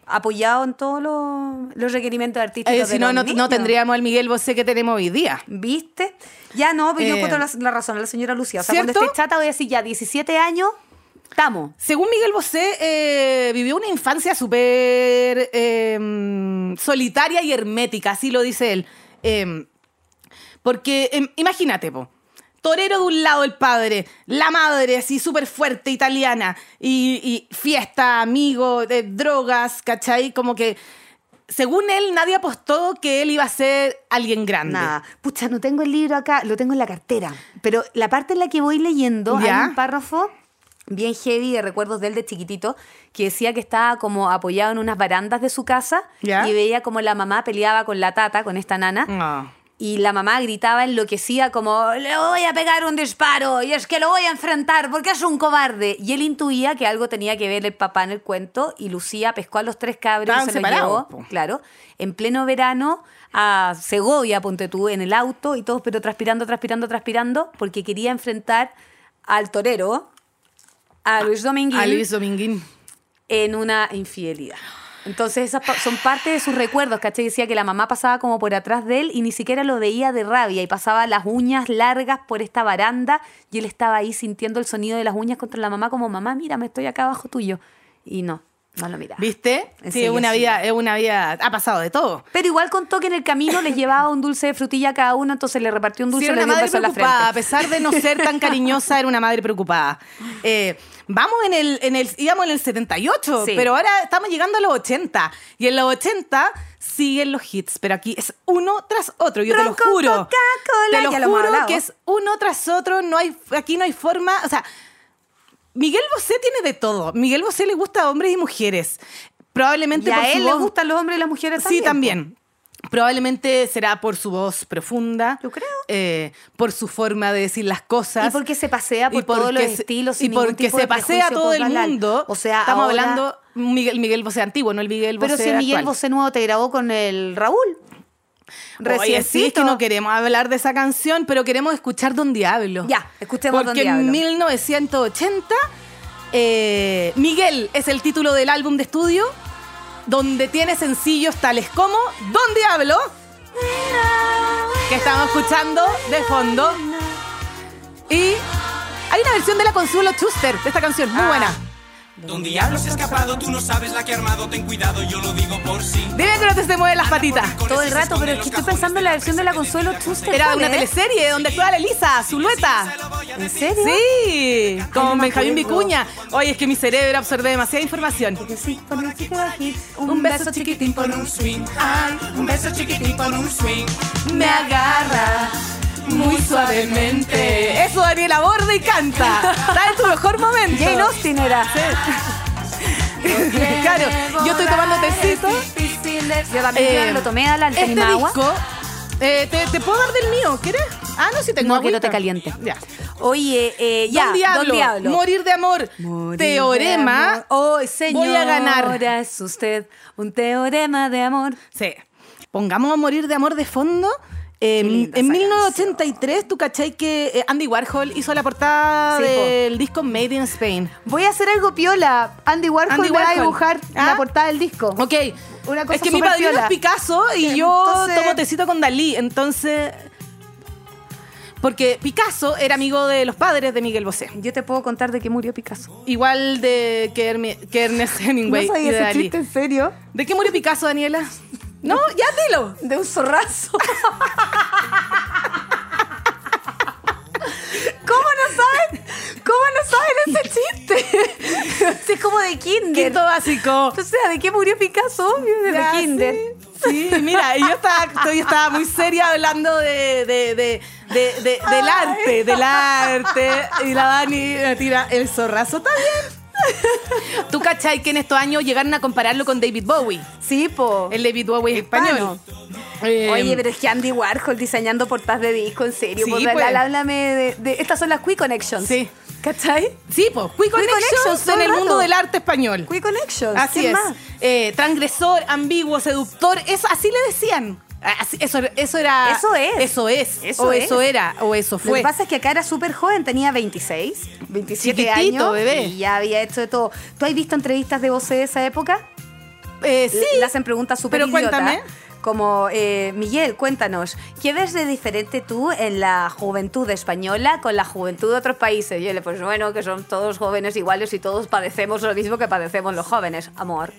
Speaker 4: apoyado en todos los, los requerimientos artísticos.
Speaker 3: Eh,
Speaker 4: de
Speaker 3: si no,
Speaker 4: los
Speaker 3: no, no
Speaker 4: niños.
Speaker 3: tendríamos el Miguel Bosé que tenemos hoy día.
Speaker 4: ¿Viste? Ya no, pero yo
Speaker 3: Eh,
Speaker 4: encuentro la, la razón a la señora Lucía. O sea, cuando
Speaker 3: ¿cierto?
Speaker 4: esté chata voy a decir ya 17 años, estamos.
Speaker 3: Según Miguel Bosé, eh, vivió una infancia súper eh, solitaria y hermética, así lo dice él. Eh, porque em, imagínate, po, torero de un lado el padre, la madre así súper fuerte italiana, y, y fiesta, amigos, eh, drogas, ¿cachai? Como que, según él, nadie apostó que él iba a ser alguien grande.
Speaker 4: Nada. Pucha, no tengo el libro acá, lo tengo en la cartera. Pero la parte en la que voy leyendo,
Speaker 3: Ya.
Speaker 4: hay un párrafo bien heavy de recuerdos de él de chiquitito, que decía que estaba como apoyado en unas barandas de su casa
Speaker 3: Ya.
Speaker 4: y veía como la mamá peleaba con la tata, con esta nana.
Speaker 3: No.
Speaker 4: Y la mamá gritaba enloquecida como, le voy a pegar un disparo y es que lo voy a enfrentar porque es un cobarde. Y él intuía que algo tenía que ver el papá en el cuento y Lucía pescó a los tres cabros y
Speaker 3: Estaban
Speaker 4: se los
Speaker 3: separados,
Speaker 4: llevó,
Speaker 3: po.
Speaker 4: claro, en pleno verano a Segovia, ponte tú, en el auto y todos, pero transpirando, transpirando, transpirando, porque quería enfrentar al torero, a Luis Dominguín,
Speaker 3: A Luis Dominguín.
Speaker 4: en una infidelidad. Entonces esas pa- son parte de sus recuerdos, ¿cachai? Decía que la mamá pasaba como por atrás de él y ni siquiera lo veía de rabia y pasaba las uñas largas por esta baranda y él estaba ahí sintiendo el sonido de las uñas contra la mamá como, mamá, mírame, estoy acá abajo tuyo. Y no, no lo miraba.
Speaker 3: ¿Viste?
Speaker 4: Ese
Speaker 3: Sí, es
Speaker 4: ya
Speaker 3: una
Speaker 4: sí.
Speaker 3: vida, es una vida, ha pasado de todo.
Speaker 4: Pero igual contó que en el camino les llevaba un dulce de frutilla a cada uno, entonces le repartió un dulce
Speaker 3: Sí,
Speaker 4: y
Speaker 3: era
Speaker 4: le
Speaker 3: una
Speaker 4: dio
Speaker 3: madre
Speaker 4: un beso en la
Speaker 3: preocupada, a
Speaker 4: frente.
Speaker 3: pesar de no ser
Speaker 4: [laughs]
Speaker 3: tan cariñosa, era una madre preocupada. Eh, vamos en el, en el, íbamos en el 78,
Speaker 4: Sí.
Speaker 3: pero ahora estamos llegando a los 80. Y en los 80 siguen los hits, pero aquí es uno tras otro, yo te
Speaker 4: Ron
Speaker 3: lo
Speaker 4: con
Speaker 3: juro.
Speaker 4: Coca-Cola,
Speaker 3: Te lo
Speaker 4: ya lo hemos
Speaker 3: juro
Speaker 4: hablado.
Speaker 3: que es uno tras otro, no hay, aquí no hay forma, o sea, Miguel Bosé tiene de todo. Miguel Bosé le gusta a hombres y mujeres. Probablemente
Speaker 4: Y
Speaker 3: por
Speaker 4: a
Speaker 3: su
Speaker 4: él le
Speaker 3: voz-
Speaker 4: gustan los hombres y las mujeres también.
Speaker 3: Sí, también. Probablemente será por su voz profunda.
Speaker 4: Yo creo.
Speaker 3: eh, por su forma de decir las cosas.
Speaker 4: Y porque se pasea
Speaker 3: Y
Speaker 4: por todos los
Speaker 3: porque se-
Speaker 4: estilos.
Speaker 3: Y
Speaker 4: sin ningún
Speaker 3: porque
Speaker 4: tipo de
Speaker 3: se pasea
Speaker 4: prejuicio
Speaker 3: todo el
Speaker 4: cultural.
Speaker 3: mundo.
Speaker 4: O sea,
Speaker 3: estamos
Speaker 4: ahora-
Speaker 3: hablando Miguel, Miguel Bosé antiguo, no el Miguel Bosé
Speaker 4: Pero si el Miguel
Speaker 3: actual.
Speaker 4: Bosé nuevo te grabó con el Raúl.
Speaker 3: Oye, sí, es que
Speaker 4: Reciencito.
Speaker 3: no queremos hablar de esa canción, pero queremos escuchar Don Diablo.
Speaker 4: Ya, escuchemos
Speaker 3: Porque
Speaker 4: Don Diablo.
Speaker 3: en 1980, eh, Miguel es el título del álbum de estudio, donde tiene sencillos tales como Don Diablo, que estamos escuchando de fondo, y hay una versión de la Consuelo Schuster de esta canción, muy
Speaker 4: Ah.
Speaker 3: buena.
Speaker 2: Don Diablo se ha escapado, tú no sabes la que ha armado, ten cuidado, yo lo digo por sí.
Speaker 3: Dime que no te se mueven las patitas.
Speaker 4: Todo el rato, pero es que estoy pensando en la versión de la Consuelo Schuster.
Speaker 3: Era
Speaker 4: ¿cuál
Speaker 3: una
Speaker 4: es?
Speaker 3: teleserie donde actuaba la Elisa, Zulueta.
Speaker 4: ¿En serio?
Speaker 3: Sí,
Speaker 4: no
Speaker 3: con
Speaker 4: me
Speaker 3: Benjamín
Speaker 4: acuerdo.
Speaker 3: Vicuña. Oye, es que mi cerebro absorbe demasiada información.
Speaker 4: Porque sí, por un chico bajito,
Speaker 3: Un beso chiquitín
Speaker 2: Con
Speaker 3: por
Speaker 2: un swing, ay, un beso chiquitín con un swing.
Speaker 3: me agarra muy suavemente. Eso Daniela Borde y
Speaker 4: [laughs]
Speaker 3: canta. Está en tu mejor momento.
Speaker 4: Jane Austen era.
Speaker 3: [laughs] Claro, yo estoy tomando tecito.
Speaker 4: Es difícil de- Yo también yo
Speaker 3: Eh,
Speaker 4: lo tomé adelante.
Speaker 3: Este
Speaker 4: ¿Tenés más agua?
Speaker 3: disco, eh, te, te puedo dar del mío, ¿quieres? Ah, no, si tengo
Speaker 4: No, que no
Speaker 3: agüita.
Speaker 4: te caliente.
Speaker 3: Ya.
Speaker 4: Oye, eh, ya,
Speaker 3: Don Diablo, morir oh. de amor,
Speaker 4: Morir de
Speaker 3: teorema.
Speaker 4: amor. Hoy, señor.
Speaker 3: Voy a ganar.
Speaker 4: Ahora es usted un teorema de amor.
Speaker 3: Sí. Pongamos a morir de amor de fondo. Eh,
Speaker 4: Qué linda
Speaker 3: en
Speaker 4: esa
Speaker 3: 1983, ¿tú cachai que eh, Andy Warhol hizo la portada
Speaker 4: Sí, po.
Speaker 3: del disco Made in Spain?
Speaker 4: Voy a hacer algo piola. Andy Warhol
Speaker 3: Andy
Speaker 4: va a
Speaker 3: Warhol.
Speaker 4: dibujar
Speaker 3: ¿Ah?
Speaker 4: la portada del disco.
Speaker 3: Ok.
Speaker 4: Una cosa
Speaker 3: es que mi
Speaker 4: súper
Speaker 3: padrino
Speaker 4: piola.
Speaker 3: es Picasso y yo
Speaker 4: Entonces-
Speaker 3: tomo tecito con Dalí. Entonces. Porque Picasso era amigo de los padres de Miguel Bosé.
Speaker 4: Yo te puedo contar de que murió Picasso.
Speaker 3: Igual de que, Hermi- que
Speaker 4: [laughs]
Speaker 3: Ernest Hemingway
Speaker 4: no
Speaker 3: y
Speaker 4: sabía
Speaker 3: de
Speaker 4: ese
Speaker 3: Dalí.
Speaker 4: chiste en serio.
Speaker 3: ¿De qué murió Picasso, Daniela? No, ya
Speaker 4: [laughs]
Speaker 3: dilo.
Speaker 4: De un zorrazo. ¿Cómo no saben? ¿Cómo no saben ese chiste? Sí, es como de kinder.
Speaker 3: Quinto
Speaker 4: [laughs]
Speaker 3: básico.
Speaker 4: O sea, ¿de qué murió Picasso? Obvio, de
Speaker 3: Ya,
Speaker 4: kinder.
Speaker 3: Sí, sí, mira, y yo estaba, yo estaba muy seria hablando de, de- de- de- de- del arte, del arte. Y la Dani me tira el zorrazo también.
Speaker 4: [laughs]
Speaker 3: ¿Tú cachai que en estos años llegaron a compararlo con David Bowie?
Speaker 4: Sí, po.
Speaker 3: El David Bowie
Speaker 4: Oh. Hispano.
Speaker 3: español. Eh,
Speaker 4: Oye, pero es que Andy Warhol diseñando portadas de disco, en serio.
Speaker 3: Sí,
Speaker 4: po,
Speaker 3: pues.
Speaker 4: dale, háblame de, de- Estas son las Quick Connections.
Speaker 3: Sí.
Speaker 4: ¿Cachai?
Speaker 3: Sí, pues, Quick
Speaker 4: Connections,
Speaker 3: Connections
Speaker 4: todo
Speaker 3: en
Speaker 4: el
Speaker 3: el mundo
Speaker 4: rato.
Speaker 3: del arte español.
Speaker 4: Quick Connections.
Speaker 3: Así
Speaker 4: ¿qué
Speaker 3: es.
Speaker 4: más?
Speaker 3: Eh, transgresor, ambiguo, seductor, eso, así le decían. Así- eso, eso era.
Speaker 4: Eso es.
Speaker 3: Eso es.
Speaker 4: Eso
Speaker 3: o
Speaker 4: es.
Speaker 3: eso era. O eso
Speaker 4: Lo que
Speaker 3: fue.
Speaker 4: pasa es que acá era súper joven, tenía 26, 27
Speaker 3: Chiquitito,
Speaker 4: años.
Speaker 3: bebé.
Speaker 4: Y ya había hecho de todo. ¿Tú has visto entrevistas de voces de esa época?
Speaker 3: Eh, sí.
Speaker 4: Le hacen preguntas súper
Speaker 3: Pero
Speaker 4: idiotas,
Speaker 3: cuéntame.
Speaker 4: Como, eh, Miguel, cuéntanos, ¿qué ves de diferente tú en la juventud española con la juventud de otros países? Y él, pues bueno, que son todos jóvenes iguales y todos padecemos lo mismo que padecemos los jóvenes. Amor.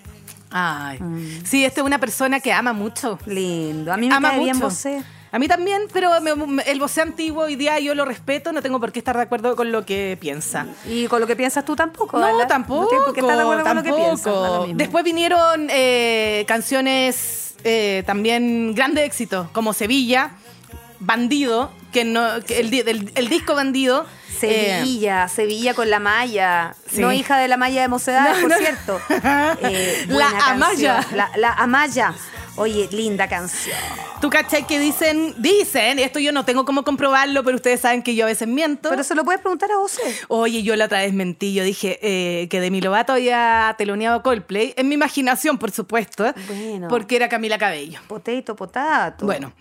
Speaker 3: Ay. Sí, esta es una persona que ama mucho.
Speaker 4: Lindo. Mm. A mí me
Speaker 3: ama
Speaker 4: cae bien eh.
Speaker 3: mucho.
Speaker 4: Bosé.
Speaker 3: A mí también, pero me- me- el vocé antiguo hoy día yo lo respeto, no tengo por qué estar de acuerdo con lo que piensa.
Speaker 4: Y con lo que piensas tú tampoco,
Speaker 3: No,
Speaker 4: Ala.
Speaker 3: tampoco.
Speaker 4: No tienes por qué estar de acuerdo con lo que
Speaker 3: tampoco.
Speaker 4: piensas. da lo mismo.
Speaker 3: Después vinieron eh, canciones eh, también grandes éxitos, como Sevilla, Bandido, que no, que el, di- del- el disco Bandido. eh,
Speaker 4: Sevilla, Sevilla con la Maya.
Speaker 3: Sí.
Speaker 4: No hija de la Maya de Mocedades,
Speaker 3: No,
Speaker 4: por
Speaker 3: no. [laughs]
Speaker 4: cierto. Eh,
Speaker 3: La
Speaker 4: buena canción.
Speaker 3: Amaya.
Speaker 4: La, la Amaya. Oye, linda canción.
Speaker 3: ¿Tú cachai que dicen? Dicen, esto yo no tengo cómo comprobarlo, pero ustedes saben que yo a veces miento.
Speaker 4: Pero se lo puedes preguntar a vos. ¿eh?
Speaker 3: Oye, yo la otra vez mentí, yo dije eh, que Demi Lovato había teloneado Coldplay, en mi imaginación, por supuesto,
Speaker 4: Bueno.
Speaker 3: porque era Camila Cabello.
Speaker 4: Potato, potato.
Speaker 3: Bueno,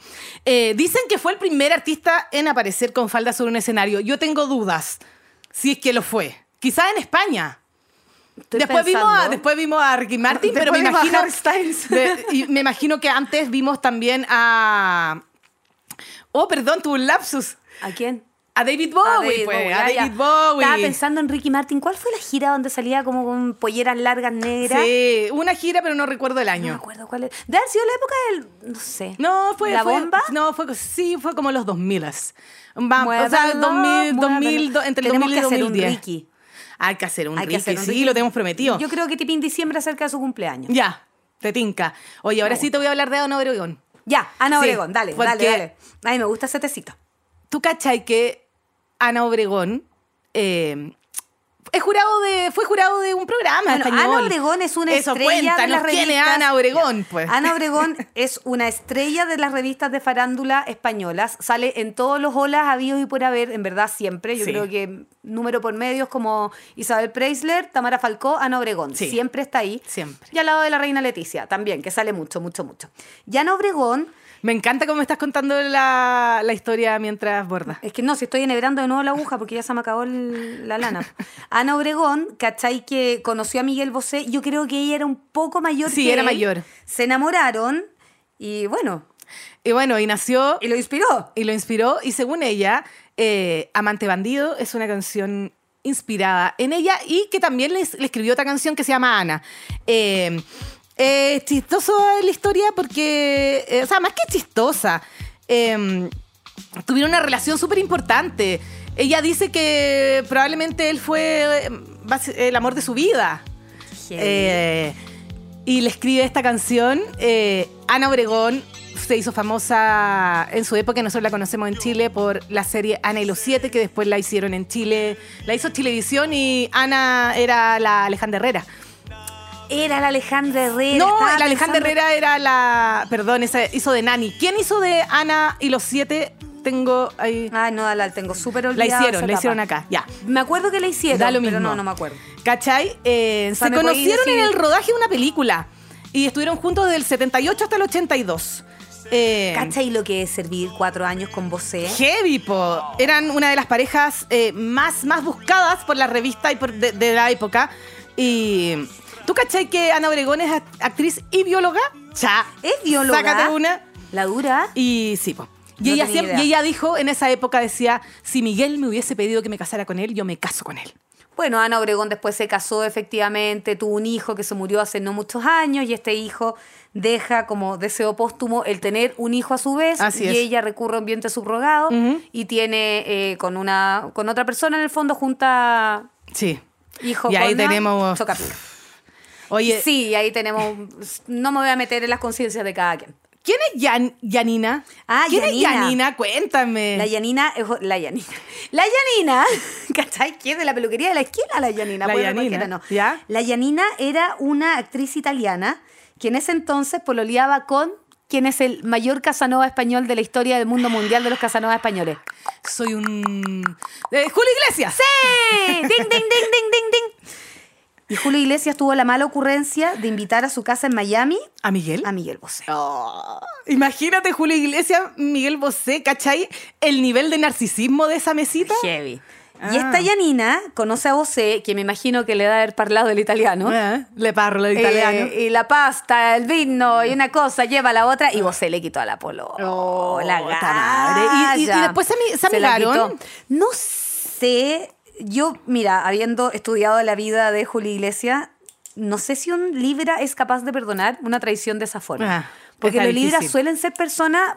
Speaker 3: eh, dicen que fue el primer artista en aparecer con falda sobre un escenario. Yo tengo dudas si es que lo fue. Quizás en España.
Speaker 4: Estoy
Speaker 3: Después vimos, a,
Speaker 4: pensando.
Speaker 3: después vimos a Ricky Martin, pero me
Speaker 4: Después vimos a
Speaker 3: imagino,
Speaker 4: Harry Styles.
Speaker 3: de- y me imagino que antes vimos también a... Oh, perdón, tuve un lapsus.
Speaker 4: ¿A quién?
Speaker 3: A David Bowie,
Speaker 4: A
Speaker 3: pues,
Speaker 4: Bowie,
Speaker 3: a
Speaker 4: ya, ya.
Speaker 3: David Bowie.
Speaker 4: Estaba pensando en Ricky Martin. ¿Cuál fue la gira donde salía como con polleras largas negras?
Speaker 3: Sí, una gira, pero no recuerdo el
Speaker 4: No me
Speaker 3: año.
Speaker 4: acuerdo cuál era. Debe haber sido la época del. No sé.
Speaker 3: No, fue.
Speaker 4: ¿La
Speaker 3: fue-
Speaker 4: bomba?
Speaker 3: No, fue, sí, fue como los 2000. Va, o sea,
Speaker 4: Muévelo,
Speaker 3: 2000,
Speaker 4: muévelo.
Speaker 3: 2000, do- entre el 2000
Speaker 4: Tenemos que
Speaker 3: y
Speaker 4: hacer
Speaker 3: 2010.
Speaker 4: un Ricky.
Speaker 3: Hay que hacer un
Speaker 4: Hay que
Speaker 3: Ricky,
Speaker 4: hacer un
Speaker 3: sí,
Speaker 4: Ricky.
Speaker 3: lo tenemos prometido.
Speaker 4: Yo creo que Tipi en diciembre acerca de su cumpleaños.
Speaker 3: Ya, te tinca. Oye, ahora sí te voy a hablar de Ana Obregón.
Speaker 4: Ya, Ana
Speaker 3: Sí,
Speaker 4: Obregón, dale,
Speaker 3: porque-
Speaker 4: dale, dale. A mí me gusta ese tecito.
Speaker 3: ¿Tú cachai que Ana Obregón eh, es jurado de, fue jurado de un programa
Speaker 4: Bueno,
Speaker 3: español?
Speaker 4: Ana Obregón es una
Speaker 3: Eso,
Speaker 4: estrella de las
Speaker 3: cuéntanos, ¿quién es
Speaker 4: revistas-
Speaker 3: Ana Obregón? Pues.
Speaker 4: Ana Obregón [laughs] es una estrella de las revistas de farándula españolas. Sale en todos los olas habidos y por haber, en verdad siempre. Yo
Speaker 3: Sí.
Speaker 4: creo que número por medios como Isabel Preisler, Tamara Falcó, Ana Obregón.
Speaker 3: Sí.
Speaker 4: Siempre está ahí.
Speaker 3: Siempre.
Speaker 4: Y al lado de la reina Leticia también, que sale mucho, mucho, mucho. Y Ana Obregón,
Speaker 3: Me encanta cómo estás contando la, la historia mientras bordas.
Speaker 4: Es que no, si estoy enhebrando de nuevo la aguja porque ya se me acabó el- la lana. Ana Obregón, ¿cachai? Que conoció a Miguel Bosé. Yo creo que ella era un poco mayor
Speaker 3: Sí,
Speaker 4: que
Speaker 3: era
Speaker 4: él.
Speaker 3: mayor.
Speaker 4: Se enamoraron y bueno,
Speaker 3: Y bueno, y nació
Speaker 4: y lo inspiró.
Speaker 3: y lo inspiró. Y según ella, eh, Amante Bandido es una canción inspirada en ella y que también le, le escribió otra canción que se llama Ana. Eh, eh, chistoso la historia porque, eh, o sea, más que chistosa, eh, tuvieron una relación súper importante. Ella dice que probablemente él fue eh, basi- el amor de su vida. Eh, y le escribe esta canción. eh, Ana Obregón se hizo famosa en su época, nosotros la conocemos en Chile por la serie Ana y los Siete, que después la hicieron en Chile. La hizo Chilevisión y Ana era la Alejandra Herrera.
Speaker 4: Era la Alejandra Herrera.
Speaker 3: no,
Speaker 4: estaba
Speaker 3: la Alejandra
Speaker 4: pensando-
Speaker 3: Herrera era la. Perdón, esa hizo de Nani. ¿Quién hizo de Ana y los Siete? Tengo ahí.
Speaker 4: Ay, no, la tengo súper
Speaker 3: La
Speaker 4: olvidada. esa
Speaker 3: hicieron, la
Speaker 4: etapa.
Speaker 3: hicieron acá, ya.
Speaker 4: Me acuerdo que la hicieron,
Speaker 3: Da lo
Speaker 4: pero
Speaker 3: mismo.
Speaker 4: no, no me acuerdo.
Speaker 3: ¿Cachai? Eh,
Speaker 4: sea,
Speaker 3: se
Speaker 4: me podéis
Speaker 3: conocieron en
Speaker 4: decir-
Speaker 3: el rodaje de una película y estuvieron juntos desde el 78 hasta el 82. Eh,
Speaker 4: ¿Cachai lo que es servir cuatro años con Bosé?
Speaker 3: Heavy, po. Eran una de las parejas eh, más, más buscadas por la revista y por- de, de la época. Y. ¿Tú cachai que Ana Obregón es act- actriz y bióloga? Cha.
Speaker 4: ¿Es bióloga?
Speaker 3: Sácate una.
Speaker 4: La dura.
Speaker 3: Y sí, po. Y,
Speaker 4: No
Speaker 3: ella
Speaker 4: tenía
Speaker 3: siempre-
Speaker 4: idea.
Speaker 3: y ella dijo, en esa época decía, si Miguel me hubiese pedido que me casara con él, yo me caso con él.
Speaker 4: Bueno, Ana Obregón después se casó efectivamente, tuvo un hijo que se murió hace no muchos años y este hijo deja como deseo póstumo el tener un hijo a su vez
Speaker 3: Así
Speaker 4: y
Speaker 3: es.
Speaker 4: ella recurre a un vientre subrogado
Speaker 3: Ujú.
Speaker 4: y tiene eh, con una con otra persona en el fondo junta
Speaker 3: Sí.
Speaker 4: hijo
Speaker 3: Y ahí
Speaker 4: con una
Speaker 3: tenemos-
Speaker 4: chocapic.
Speaker 3: Oye,
Speaker 4: Sí, ahí tenemos no me voy a meter en las conciencias de cada quien.
Speaker 3: ¿Quién es Yan- Yanina?
Speaker 4: Ah,
Speaker 3: ¿Quién es
Speaker 4: Yanina.
Speaker 3: Yanina? Cuéntame.
Speaker 4: La Yanina, es o- la Yanina. La Yanina, [laughs] ¿cachai? Que es de la peluquería de la esquina, la Yanina.
Speaker 3: La
Speaker 4: puede ser
Speaker 3: Yanina,
Speaker 4: cualquiera, no.
Speaker 3: ¿ya?
Speaker 4: La Yanina era una actriz italiana que en ese entonces pololeaba con quien es el mayor Casanova español de la historia del mundo mundial de los Casanova españoles.
Speaker 3: Soy un... Eh, Julio Iglesias.
Speaker 4: ¡Sí! [laughs] ¡Ding, ding, ding, ding, ding, ding! Y Julio Iglesias tuvo la mala ocurrencia de invitar a su casa en Miami
Speaker 3: ¿A Miguel?
Speaker 4: a Miguel Bosé.
Speaker 3: ¿Mm? Oh, imagínate Julio Iglesias, Miguel Bosé, ¿cachai? El nivel de narcisismo de esa mesita.
Speaker 4: Heavy.
Speaker 3: Ah.
Speaker 4: Y esta Yanina conoce a Bosé, que me imagino que le da el parlado del italiano.
Speaker 3: Eh, le parlo italiano.
Speaker 4: Eh, y la pasta, el vino y una cosa lleva a la otra y vos se le quitó a la polo.
Speaker 3: Oh,
Speaker 4: la
Speaker 3: ta
Speaker 4: galla.
Speaker 3: madre. Y- y- y después se ami- se
Speaker 4: la
Speaker 3: amigaron.
Speaker 4: quitó. No sé, yo, mira, habiendo estudiado la vida de Julio Iglesias, no sé si un Libra es capaz de perdonar una traición de esa forma.
Speaker 3: Ah,
Speaker 4: Porque
Speaker 3: está
Speaker 4: los Libras
Speaker 3: difícil.
Speaker 4: suelen ser personas,